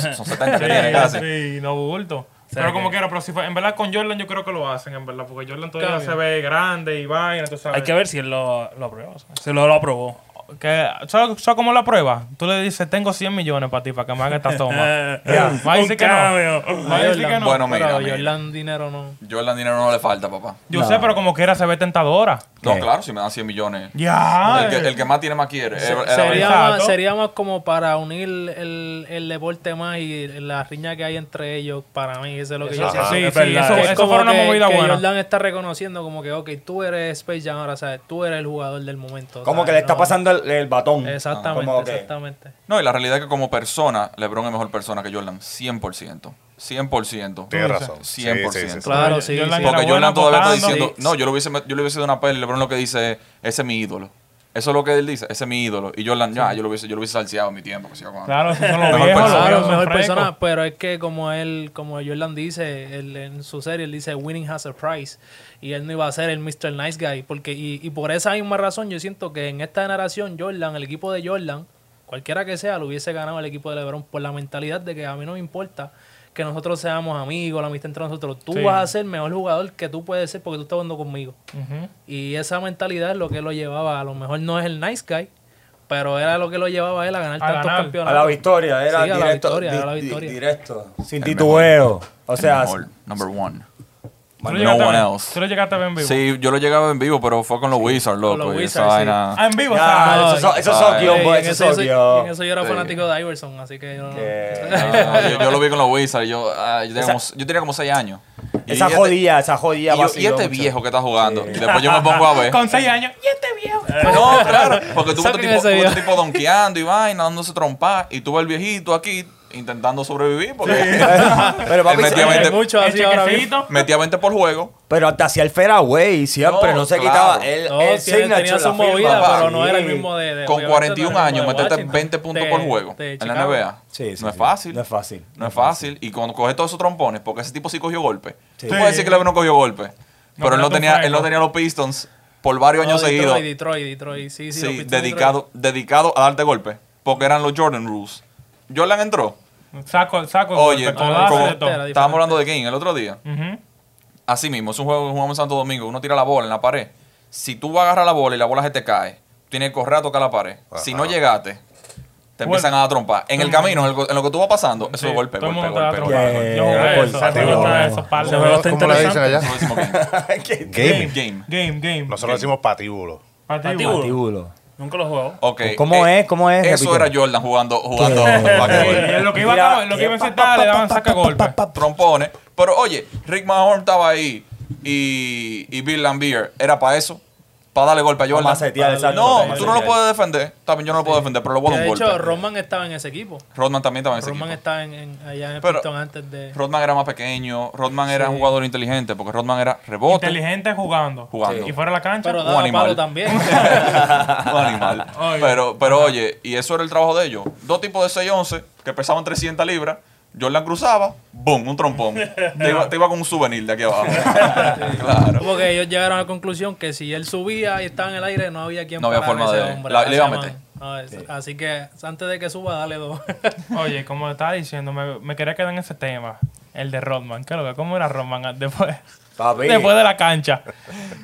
S6: Son, son 70 que tiene casi.
S1: Sí, sí, no bulto. pero como quiera, pero si fue, en verdad con Jordan yo creo que lo hacen, en verdad, porque Jordan todavía
S2: Cambio.
S1: se ve grande y vaina, tú sabes.
S4: Hay que ver si él lo, lo aprobó. o sea, Si lo, lo aprobó.
S1: Que, ¿sabes, ¿Sabes cómo la prueba? Tú le dices, tengo 100 millones para ti, para que me haga esta toma. ya, va a
S4: un
S1: decir que no.
S4: cambio.
S1: Va a decir que no.
S6: Bueno, mira,
S2: pero
S6: mira.
S2: Jordan dinero no.
S6: Jordan dinero no le falta, papá.
S1: Yo sé, pero como quiera se ve tentadora.
S6: No,
S3: ¿Qué?
S6: claro, si me dan 100 millones.
S1: Ya.
S6: El que, el que más tiene, más quiere. Era- era
S2: Sería
S1: verdad.
S2: más, sería más como para unir el, el deporte más y la riña que hay entre ellos. Para mí, eso es lo que yo
S1: Sí,
S2: siento.
S1: sí,
S4: es
S1: sí,
S4: verdad.
S1: eso,
S4: Es
S2: Es
S1: eso
S2: como
S1: fue una
S2: que-
S1: movida
S2: que
S1: buena.
S2: Jordan está reconociendo como que, ok, tú eres Space Jam ahora, ¿sabes? Tú eres el jugador del momento.
S3: Como
S2: ¿sabes?
S3: que le está
S2: No.
S3: pasando el, el batón.
S2: Exactamente,
S3: Como que-
S2: exactamente.
S6: No, y la realidad es que como persona, LeBron es mejor persona que Jordan. 100%. 100%.
S5: Tienes razón. Sí,
S6: 100%.
S5: sí, sí, sí.
S2: Claro, sí.
S1: Jordan
S2: sí.
S1: era
S6: Porque
S1: buena
S6: Jordan todavía está
S1: votando.
S6: diciendo, no, yo le hubiese, yo le hubiese dado una pelea y LeBron lo que dice es, ese es mi ídolo. Eso es lo que él dice, ese es mi ídolo. Y Jordan, ya, yo lo hubiese, yo lo hubiese salseado en mi tiempo. que siga con-
S1: Claro, esos son los
S6: Mejor
S1: viejos, los viejos
S6: persona.
S2: Claro,
S1: son
S2: mejor
S1: frescos.
S2: persona, pero es que como él, como Jordan dice él en su serie, él dice winning has a price y él no iba a ser el Mr. Nice Guy porque y, y por esa misma razón yo siento que en esta generación Jordan, el equipo de Jordan, cualquiera que sea, lo hubiese ganado el equipo de LeBron por la mentalidad de que a mí no me importa que nosotros seamos amigos, la amistad entre nosotros, tú
S1: Sí.
S2: vas a ser mejor jugador que tú puedes ser porque tú estás jugando conmigo.
S1: Ujú.
S2: Y esa mentalidad es lo que lo llevaba. A lo mejor no es el nice guy, pero era lo que lo llevaba a él a ganar
S1: A
S2: tantos
S1: ganar.
S3: A
S2: campeonatos.
S3: la victoria, era
S2: Sí, a la
S3: directo.
S2: victoria,
S3: di-
S2: a la
S3: di-
S2: victoria.
S3: directo, sin
S6: El
S3: titubeo. O sea,
S6: Mejor, number one.
S1: Tú lo
S6: No
S1: llegaste a
S6: one
S1: ver-
S6: else.
S1: Tú lo llegaste a ver en vivo.
S6: Sí, yo lo llegaba en vivo, pero fue con los Wizards, loco.
S2: los
S6: y esa
S2: Wizards, sí.
S6: vaina.
S1: Ah, en vivo, o sea,
S3: ya,
S2: no,
S3: esos son- esos son
S6: ay,
S2: Sí,
S3: guión,
S2: en,
S3: esos
S2: eso,
S3: son
S2: yo-
S3: guión.
S2: en eso yo era
S6: Sí.
S2: fanático de Iverson, así que yo no-
S3: Que-
S6: Ah, yo, yo lo vi con los Wizards. Yo, ah, yo, tenía
S3: Esa-
S6: como, yo tenía como 6 años. Y este
S3: Esa
S6: yo-
S3: jodida, esa jodida
S6: Y, yo- y
S3: vaciló
S6: este
S3: mucho.
S6: viejo que está jugando. Y después yo me pongo a ver.
S1: con seis años. Y este viejo.
S6: No, claro. Porque tú ves
S2: Saquen
S6: este tipo,
S2: ese
S6: tú ves
S2: video.
S6: este tipo donkeando y vaina, dándose trompa. Y tú ves el viejito aquí intentando sobrevivir. Porque
S3: Pero, papi,
S6: él metía
S2: Hay
S6: 20,
S2: mucho así
S1: el
S2: ahora mismo.
S1: chequecito.
S6: metía 20 por juego.
S3: pero hasta hacía el fairway siempre, no,
S6: No,
S3: se
S6: claro.
S3: quitaba. Él,
S6: Eh,
S2: No,
S3: él
S2: tiene-
S3: signature
S2: tenía
S3: la
S2: su
S3: firma,
S2: movida,
S3: papi.
S2: pero no era el mismo de. de-
S6: Con
S2: obviamente
S6: 41
S2: no era el mismo de
S6: años, meterte
S2: Washington,
S6: 20 puntos
S2: de-
S6: por juego
S2: de
S6: en la
S2: Chicago.
S6: NBA.
S3: Sí, sí,
S6: no es
S3: sí.
S6: fácil.
S3: No es fácil.
S6: No es fácil. Y cuando coge todos esos trompones, porque ese tipo sí cogió golpe.
S3: Sí.
S6: Tú puedes decir que Lebron no cogió golpe. Pero él
S1: pero
S6: no
S1: tú
S6: tenía,
S1: fuego.
S6: él no tenía los Pistons por varios
S2: No,
S6: años seguidos.
S2: Detroit, Detroit, Detroit, sí, sí. los
S6: Sí,
S2: Pistons de
S6: dedicado, dedicado a darte golpe. Porque eran los Jordan Rules. Jordan
S1: Pues,
S6: entró.
S1: Saco, saco.
S6: Oye,
S1: golpe,
S6: como,
S1: codazo,
S6: como-
S1: de todo.
S2: Era diferente.
S6: estábamos hablando de King el otro día.
S1: Ujú.
S6: Así mismo, es un juego que jugamos en Santo Domingo. Uno tira la bola en la pared. Si tú agarras la bola y la bola se te cae, tienes que correr a tocar la pared. Si no
S5: Ajá.
S6: llegaste, te
S1: Bueno.
S6: empiezan a dar trompa. En el camino, en el- en lo que tú vas pasando, eso
S1: Sí,
S6: es golpe,
S1: todo el
S6: golpe,
S1: mundo te
S6: golpe.
S1: da
S6: golpe.
S1: tropado.
S3: Yeah,
S1: Yo jugué
S3: por
S1: eso.
S2: favor.
S1: yo jugué eso, palo.
S4: Ese juego está
S5: ¿Cómo le dicen
S4: interesante.
S5: allá?
S6: Eso decimos King.
S3: Qué
S5: Game.
S6: Game.
S1: Game, game.
S5: Nosotros decimos patíbulo.
S1: Patíbulo.
S4: Patíbulo.
S3: patíbulo.
S4: Nunca lo he jugado.
S6: Ok.
S3: ¿Cómo
S6: eh,
S3: es? ¿Cómo es?
S6: Eso
S3: Repite.
S6: era Jordan jugando, jugando
S3: ¿Qué?
S6: basquetbol.
S1: Y en lo que iba a lo que iba a sentar, le daban saca golpe.
S6: trompones. Pero oye, Rick Mahorn estaba ahí y, y Bill Lambier era para eso, para darle golpe a Jordan.
S3: macetear, exacto,
S6: no,
S3: para
S6: tú no lo
S3: macetear.
S6: puedes defender. También yo no lo puedo defender, pero le voy a
S2: Que
S6: dar
S2: de
S6: un
S2: hecho,
S6: golpe.
S2: Roman estaba en ese equipo.
S6: Rodman también estaba en ese
S2: Roman
S6: equipo.
S2: estaba en, en- allá en el
S6: Pero-
S2: Pistons antes de.
S6: Rodman era más pequeño. Rodman era un jugador inteligente porque Rodman era rebote.
S1: Inteligente jugando.
S6: Jugando.
S1: Y fuera de la cancha.
S2: Pero
S6: un
S2: daba
S6: animal.
S2: palo también.
S6: un animal.
S1: Oye.
S6: Pero, pero oye, y eso era el trabajo de ellos. Dos tipos de 6'11 que pesaban 300 libras. Jordan cruzaba, boom, un trompón. te, iba, te iba con un souvenir de aquí abajo. claro.
S2: Porque ellos llegaron a la conclusión que si él subía y estaba en el aire, no había quien
S6: No había
S2: parar
S6: forma
S2: ese
S6: de-
S2: hombre,
S6: la-
S2: ese
S6: le iba a
S2: man.
S6: meter.
S2: No, es- Así que antes de que suba, dale dos.
S1: Oye, como estaba diciendo, me, me quería quedar en ese tema. El de Rodman. ¿Qué es lo que? ¿Cómo era Rodman a- después?
S3: Papi.
S1: Después de la cancha.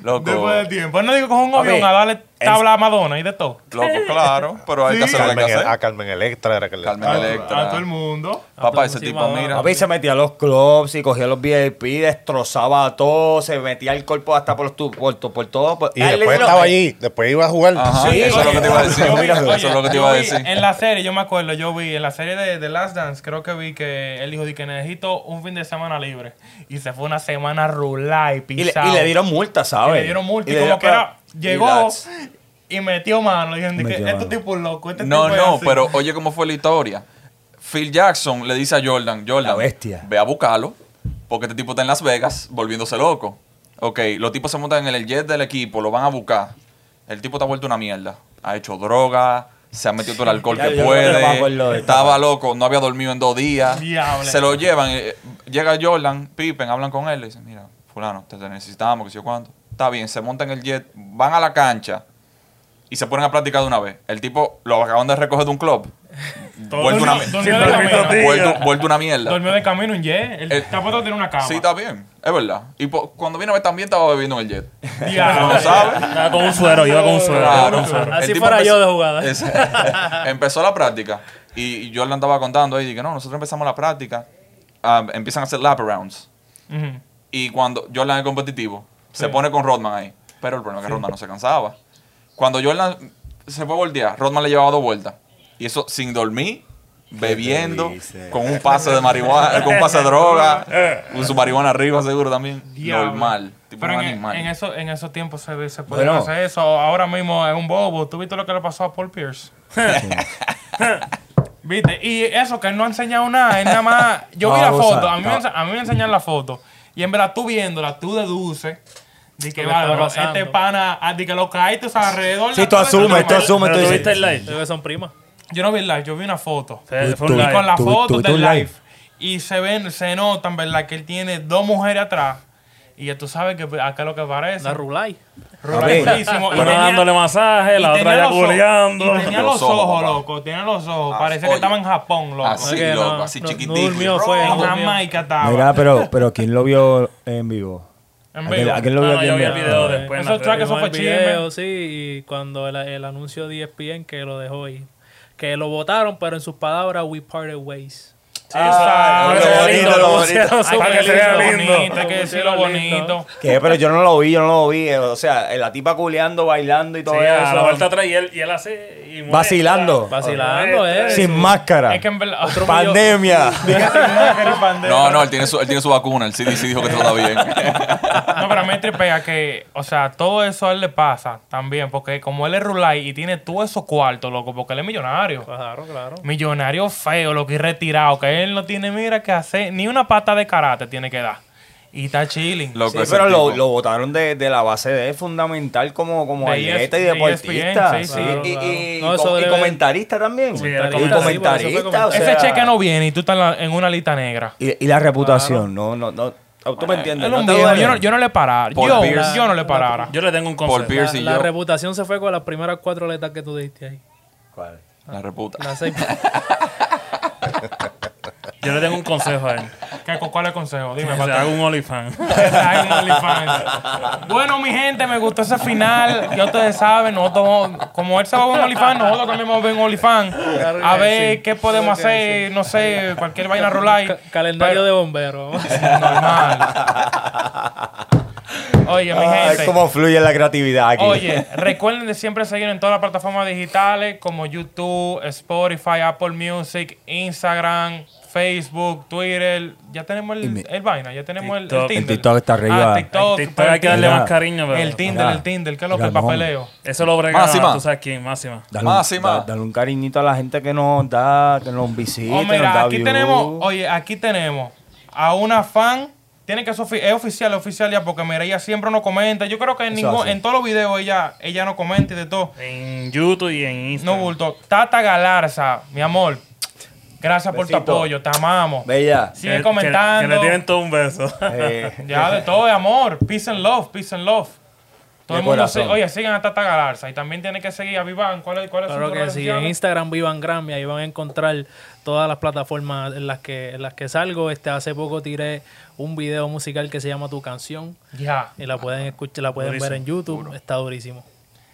S6: Loco.
S1: Después del tiempo. No digo con un
S3: Papi,
S1: avión a darle tabla a Madonna y de todo.
S6: Loco, claro, pero hay que hacer lo que hay que
S5: Carmen- E- A
S6: hacer.
S5: Carmen Electra era que le
S6: Carmen Electra.
S1: mundo.
S6: Papá, ese
S2: Sí,
S6: tipo,
S2: Madonna.
S6: mira.
S3: Papi se metía a los clubs y cogía los VIP, destrozaba a todo, se metía el cuerpo hasta por, tu, por, tu- por todo. por-
S5: Y
S3: Ah, él
S5: después
S3: lo-
S5: estaba allí, después iba a jugar.
S6: Ajá,
S3: Sí,
S6: eso es lo que te iba a decir.
S3: oye,
S6: Eso es lo que te iba a decir.
S1: En la serie, yo me acuerdo, yo vi en la serie de The Last Dance, creo que vi que él dijo de que necesito un fin de semana libre. Y se fue una semana rulá y
S3: Y le,
S1: pisado.
S3: y le dieron multa, ¿sabes?
S1: Y le dieron multa.
S3: Y
S1: Y
S3: le
S1: como
S3: dieron-
S1: que era, llegó
S3: Relax.
S1: y metió mano. Le dijeron, de que,
S3: Metió
S1: este
S3: mano.
S1: tipo es loco, este
S6: No,
S1: tipo es
S6: no,
S1: así.
S6: pero oye cómo fue la historia. Phil Jackson le dice a Jordan, Jordan,
S3: La bestia.
S6: ve a buscarlo, porque este tipo está en Las Vegas volviéndose loco. Ok, los tipos se montan en el jet del equipo, lo van a buscar. El tipo está vuelto una mierda. Ha hecho droga, se ha metido todo el alcohol
S3: Ya, yo
S6: que
S3: creo que me acuerdo
S6: puede,
S3: de esta
S6: estaba
S3: parte.
S6: loco, no había dormido en dos días.
S1: Diable.
S6: Se lo llevan, eh, llega Jordan, Pippen, hablan con él, le dicen, mira, fulano, te te necesitamos, que sé yo cuánto. Está bien, se montan en el jet, van a la cancha, y se ponen a platicar de una vez. El tipo lo acaban de recoger de un club. Vuelto una,
S1: Durmió- durmió de
S6: vuelto-
S1: camino.
S6: vuelto- vuelto una mierda.
S1: Dormió de camino un jet. El,
S6: El-
S1: tampoco tiene una cama.
S6: Eh, Sí, está bien. Es verdad. Y po- cuando vino a ver también estaba bebiendo en el jet.
S1: Diablo.
S6: No sabe.
S4: Estaba con un suero, iba con un suero. iba con un suero.
S6: El
S2: Así
S6: tipo
S2: fuera yo
S6: empezó-
S2: de jugada.
S6: es- empezó la práctica. Y yo le andaba contando ahí. Dije, no, nosotros empezamos la práctica. Ah, empiezan a hacer lap arounds.
S1: Ujú.
S6: Y cuando Jordan es competitivo, se pone con Rodman ahí. Pero el problema es que Rodman no se cansaba. Cuando Jordan se fue a voltear, Rodman le llevaba dos vueltas. Y eso sin dormir, bebiendo,
S3: dices?
S6: con un pase de marihuana, con un pase de droga, con su marihuana arriba seguro también.
S1: Diablo.
S6: Normal, tipo
S1: Pero
S6: un
S1: en, e-,
S6: animal.
S1: en, eso, en esos tiempos se, se puede
S3: Bueno.
S1: hacer eso. Ahora mismo es un bobo. ¿Tú viste lo que le pasó a Paul Pierce? ¿Viste? Y eso que él no ha enseñado nada. Él nada más. Yo vi
S3: No,
S1: la
S3: o sea,
S1: foto. A mí, me,
S3: no.
S1: ense- a mí me enseñan la foto. Y en verdad tú viéndola, tú deduces. De que,
S2: Lo que está
S1: bárbaro,
S2: pasando.
S1: este pana, ah, de que lo caíste tú sabes, alrededor.
S3: Sí,
S1: la
S3: tú
S1: cabeza,
S3: asumes, tú
S1: normal.
S3: asumes.
S4: Pero
S3: tú
S4: tuviste
S3: dices-
S4: el live.
S2: Creo que son primas.
S1: Yo no vi el live, yo vi una foto.
S4: Fue- Fue
S3: Tú-
S4: un
S3: tú-
S1: Y con
S4: live.
S1: la
S3: Tú-
S1: foto
S3: tú- tú
S1: del
S3: live.
S1: live. Y se ven, se notan, ¿verdad? Que él tiene dos mujeres atrás. Y ya tú sabes que pues, acá es lo que parece.
S2: La Rulay.
S1: Rulísimo. Y
S4: Una
S1: tenía-
S4: dándole masaje,
S1: y
S4: la
S1: tenía
S4: otra ya
S1: los ojos-
S4: culeando.
S1: y Tenía los
S6: Los ojos,
S1: ojos,
S6: papá.
S1: loco. Tenía los ojos.
S6: Ah,
S1: Parecía que
S6: oye.
S1: estaba en Japón, loco.
S6: Así,
S2: que
S6: loco,
S2: no,
S6: así
S2: no- no
S6: chiquitico. y
S2: durmió, fue. Eh,
S1: En
S6: rojo.
S2: Dios mío.
S1: Jamaica estaba.
S3: Mira, pero, pero ¿quién lo vio en vivo?
S1: En
S3: Aquel-
S1: vivo.
S3: aquel lo
S4: Ah,
S3: vio
S4: no, yo
S3: aquí
S4: vi el
S3: en vivo.
S4: video
S2: Ah,
S4: después. en
S1: Esos
S4: las redes.
S1: trackers- eso
S2: Vimos
S1: fue
S2: el
S1: chisme.
S2: video, sí, y cuando el, el anuncio de E ESPN que lo dejó ahí, que lo votaron, pero en sus palabras, we parted ways.
S4: Sí, exacto.
S1: Ah,
S4: Lo
S1: lo
S4: bonito,
S5: bonito,
S4: lo
S5: lo
S4: pusieron
S5: bonito.
S1: Ay,
S4: súper
S1: para que se vea
S4: lindo.
S1: bonito, hay que
S2: Lo
S1: decirlo
S2: pusieron lindo.
S1: bonito.
S3: ¿Qué? Pero yo no lo vi, yo no lo vi. eh, O sea, eh, la tipa culeando, bailando y todo
S4: Sí,
S3: eso.
S4: a la vuelta atrás y él, y él hace. y mueve.
S3: Vacilando.
S2: Vacilando, eh.
S3: Sin máscara.
S1: Es que en verdad.
S3: Pandemia.
S6: No, no, él tiene su, él tiene su vacuna. El CDC dijo que todo está bien.
S1: No, pero a mí me tripea que, o sea, todo eso a él le pasa también, porque como él es Rulay y tiene todo eso cuarto, loco, porque él es millonario.
S2: Claro, claro.
S1: Millonario feo, loco, y retirado, que él no tiene, mira, que hacer, ni una pata de karate tiene que dar. Y está chilling.
S6: Loco,
S3: Sí,
S6: ese
S3: pero lo,
S6: tipo.
S3: lo votaron de, de la base de él, fundamental como, como
S1: De E
S3: atleta y
S1: ES- de
S3: deportista.
S1: ESPN, sí,
S3: Sí,
S2: claro,
S3: y,
S2: claro.
S3: y-
S2: No,
S3: y
S2: eso
S3: com- y
S2: debe-
S3: comentarista también.
S4: Sí,
S3: y
S4: era
S3: comentarista.
S2: comentarista, sí, porque eso fue
S3: o
S1: Ese
S3: sea,
S1: cheque no viene y tú estás en, la- en una lista negra.
S3: Y, y la reputación, no, no, no. Tú me entiendes.
S1: Él
S3: no
S1: un
S3: te
S1: viejo,
S3: duele.
S1: yo, no, yo no le parara.
S6: Paul
S1: Yo,
S6: Pierce.
S1: yo no le parara.
S4: Yo le tengo un
S6: Paul
S4: consejo.
S6: Pierce y
S2: La
S6: yo.
S2: reputación se fue con las primeras cuatro letras que tú diste ahí.
S3: ¿Cuál?
S6: La reputa.
S2: Las seis.
S4: Yo le tengo un consejo a él.
S1: ¿Qué- ¿Cuál es el consejo?
S4: Que
S1: Dime,
S4: se
S1: Pato.
S4: haga un OnlyFans.
S1: Ay, un OnlyFans. Bueno, mi gente, me gustó ese final. Ya ustedes saben, nosotros, vamos- como él se va a ver un OnlyFans, nosotros también vamos a ver un OnlyFans.
S2: Claro
S1: A
S2: que
S1: ver
S2: sí.
S1: qué podemos
S2: Claro que
S1: hacer, no sé, cualquier vaina rolar.
S2: Ca- calendario de bomberos.
S1: de... Normal. Oye, mi
S3: Ay,
S1: gente.
S3: cómo Ah, fluye la creatividad aquí.
S1: Oye, recuerden de siempre seguir en todas las plataformas digitales como YouTube, Spotify, Apple Music, Instagram, Facebook, Twitter. Ya tenemos
S3: Y
S1: el,
S3: mi-
S1: el vaina, ya tenemos el- el,
S4: TikTok. El
S1: Tinder.
S3: TikTok está arriba.
S1: Ah, TikTok,
S4: El TikTok hay que darle
S3: Mira.
S4: más cariño, pero.
S1: El Tinder,
S3: Mira.
S1: el Tinder, ¿qué es lo que
S3: Mira,
S1: el
S3: no.
S1: papeleo?
S4: Eso lo brega.
S6: Máxima.
S4: Tú sabes quién, máxima.
S3: Dale,
S6: Más, sí,
S3: un,
S6: más.
S3: da- dale un cariñito a la gente que nos da, que nos visita,
S1: Oh,
S3: nos
S1: mira,
S3: da
S1: aquí
S3: view.
S1: tenemos, oye, aquí tenemos a una fan. Tiene que ser ofi- es oficial, es oficial ya, porque mira, ella siempre no comenta. Yo creo que en
S3: Eso
S1: ningún,
S3: hace.
S1: en todos los videos ella, ella no comenta y de todo.
S4: En YouTube y en
S1: No
S4: Instagram.
S1: bulto. Tata Galarza, mi amor. Gracias por tu
S3: Besito.
S1: apoyo, te amamos.
S3: Bella.
S1: Sigue
S4: Que- Que, que
S1: comentando.
S4: le tienen todo un beso.
S3: Eh,
S1: Ya de todo, de amor. Peace and love, peace and love. Todo
S3: De
S1: el mundo
S3: corazón.
S1: se- oye, sigan a Tata Galarza. Y también tienen que seguir a Vivan. ¿Cuál es, cuál es
S2: Claro
S1: su
S2: que
S1: red
S2: sí,
S1: social?
S2: en Instagram Vivan Grammy, ahí van a encontrar todas las plataformas en las que, en las que salgo. Este, hace poco tiré un video musical que se llama Tu canción
S1: Ya.
S2: y la pueden escuchar, la pueden ver en YouTube, está durísimo.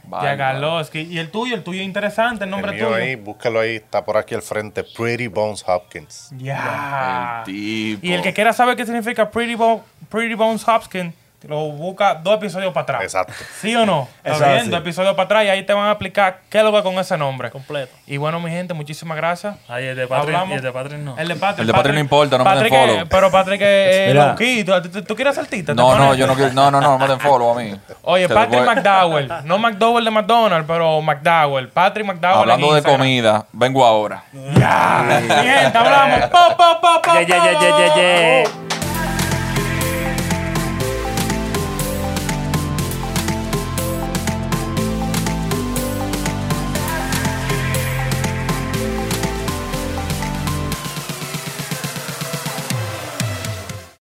S1: Ya,
S6: Vaya.
S1: Galoski. Y el tuyo, el tuyo es interesante, el nombre
S5: el mío
S1: tuyo.
S5: ahí, búscalo ahí, está por aquí al frente. Pretty Bones Hopkins.
S1: Ya.
S6: El tipo.
S1: Y el que quiera saber qué significa Pretty, Bo- Pretty Bones Hopkins, lo busca dos episodios para atrás.
S5: Exacto.
S1: ¿Sí o no?
S3: Eso
S1: ¿Está
S3: es
S1: bien?
S3: así.
S1: Dos episodios para atrás y ahí te van a explicar qué es lo que con ese nombre.
S2: Completo.
S1: Y bueno, mi gente, muchísimas gracias.
S4: Ay, el de Patrick.
S1: Hablamos.
S4: y el de Patrick no.
S1: El de Patrick.
S6: El de Patrick no importa, no me den
S1: Patrick es-
S6: follow.
S1: Pero Patrick es
S3: Mira.
S1: loquito. ¿Tú, tú- tú quieres ser artista?
S6: No,
S1: ¿Te
S6: no,
S1: pones?
S6: yo no quiero. No, no, no, no me den follow a mí.
S1: Oye,
S6: Te
S1: Patrick
S6: voy-
S1: McDowell. No McDowell de McDonald's, pero McDowell. Patrick McDowell. en
S6: Hablando de
S1: Instagram.
S6: comida, vengo ahora.
S1: Mi gente, hablamos. Pa, pa, pa, pa,
S4: Yeah, yeah, yeah, yeah, yeah, yeah.
S1: pa.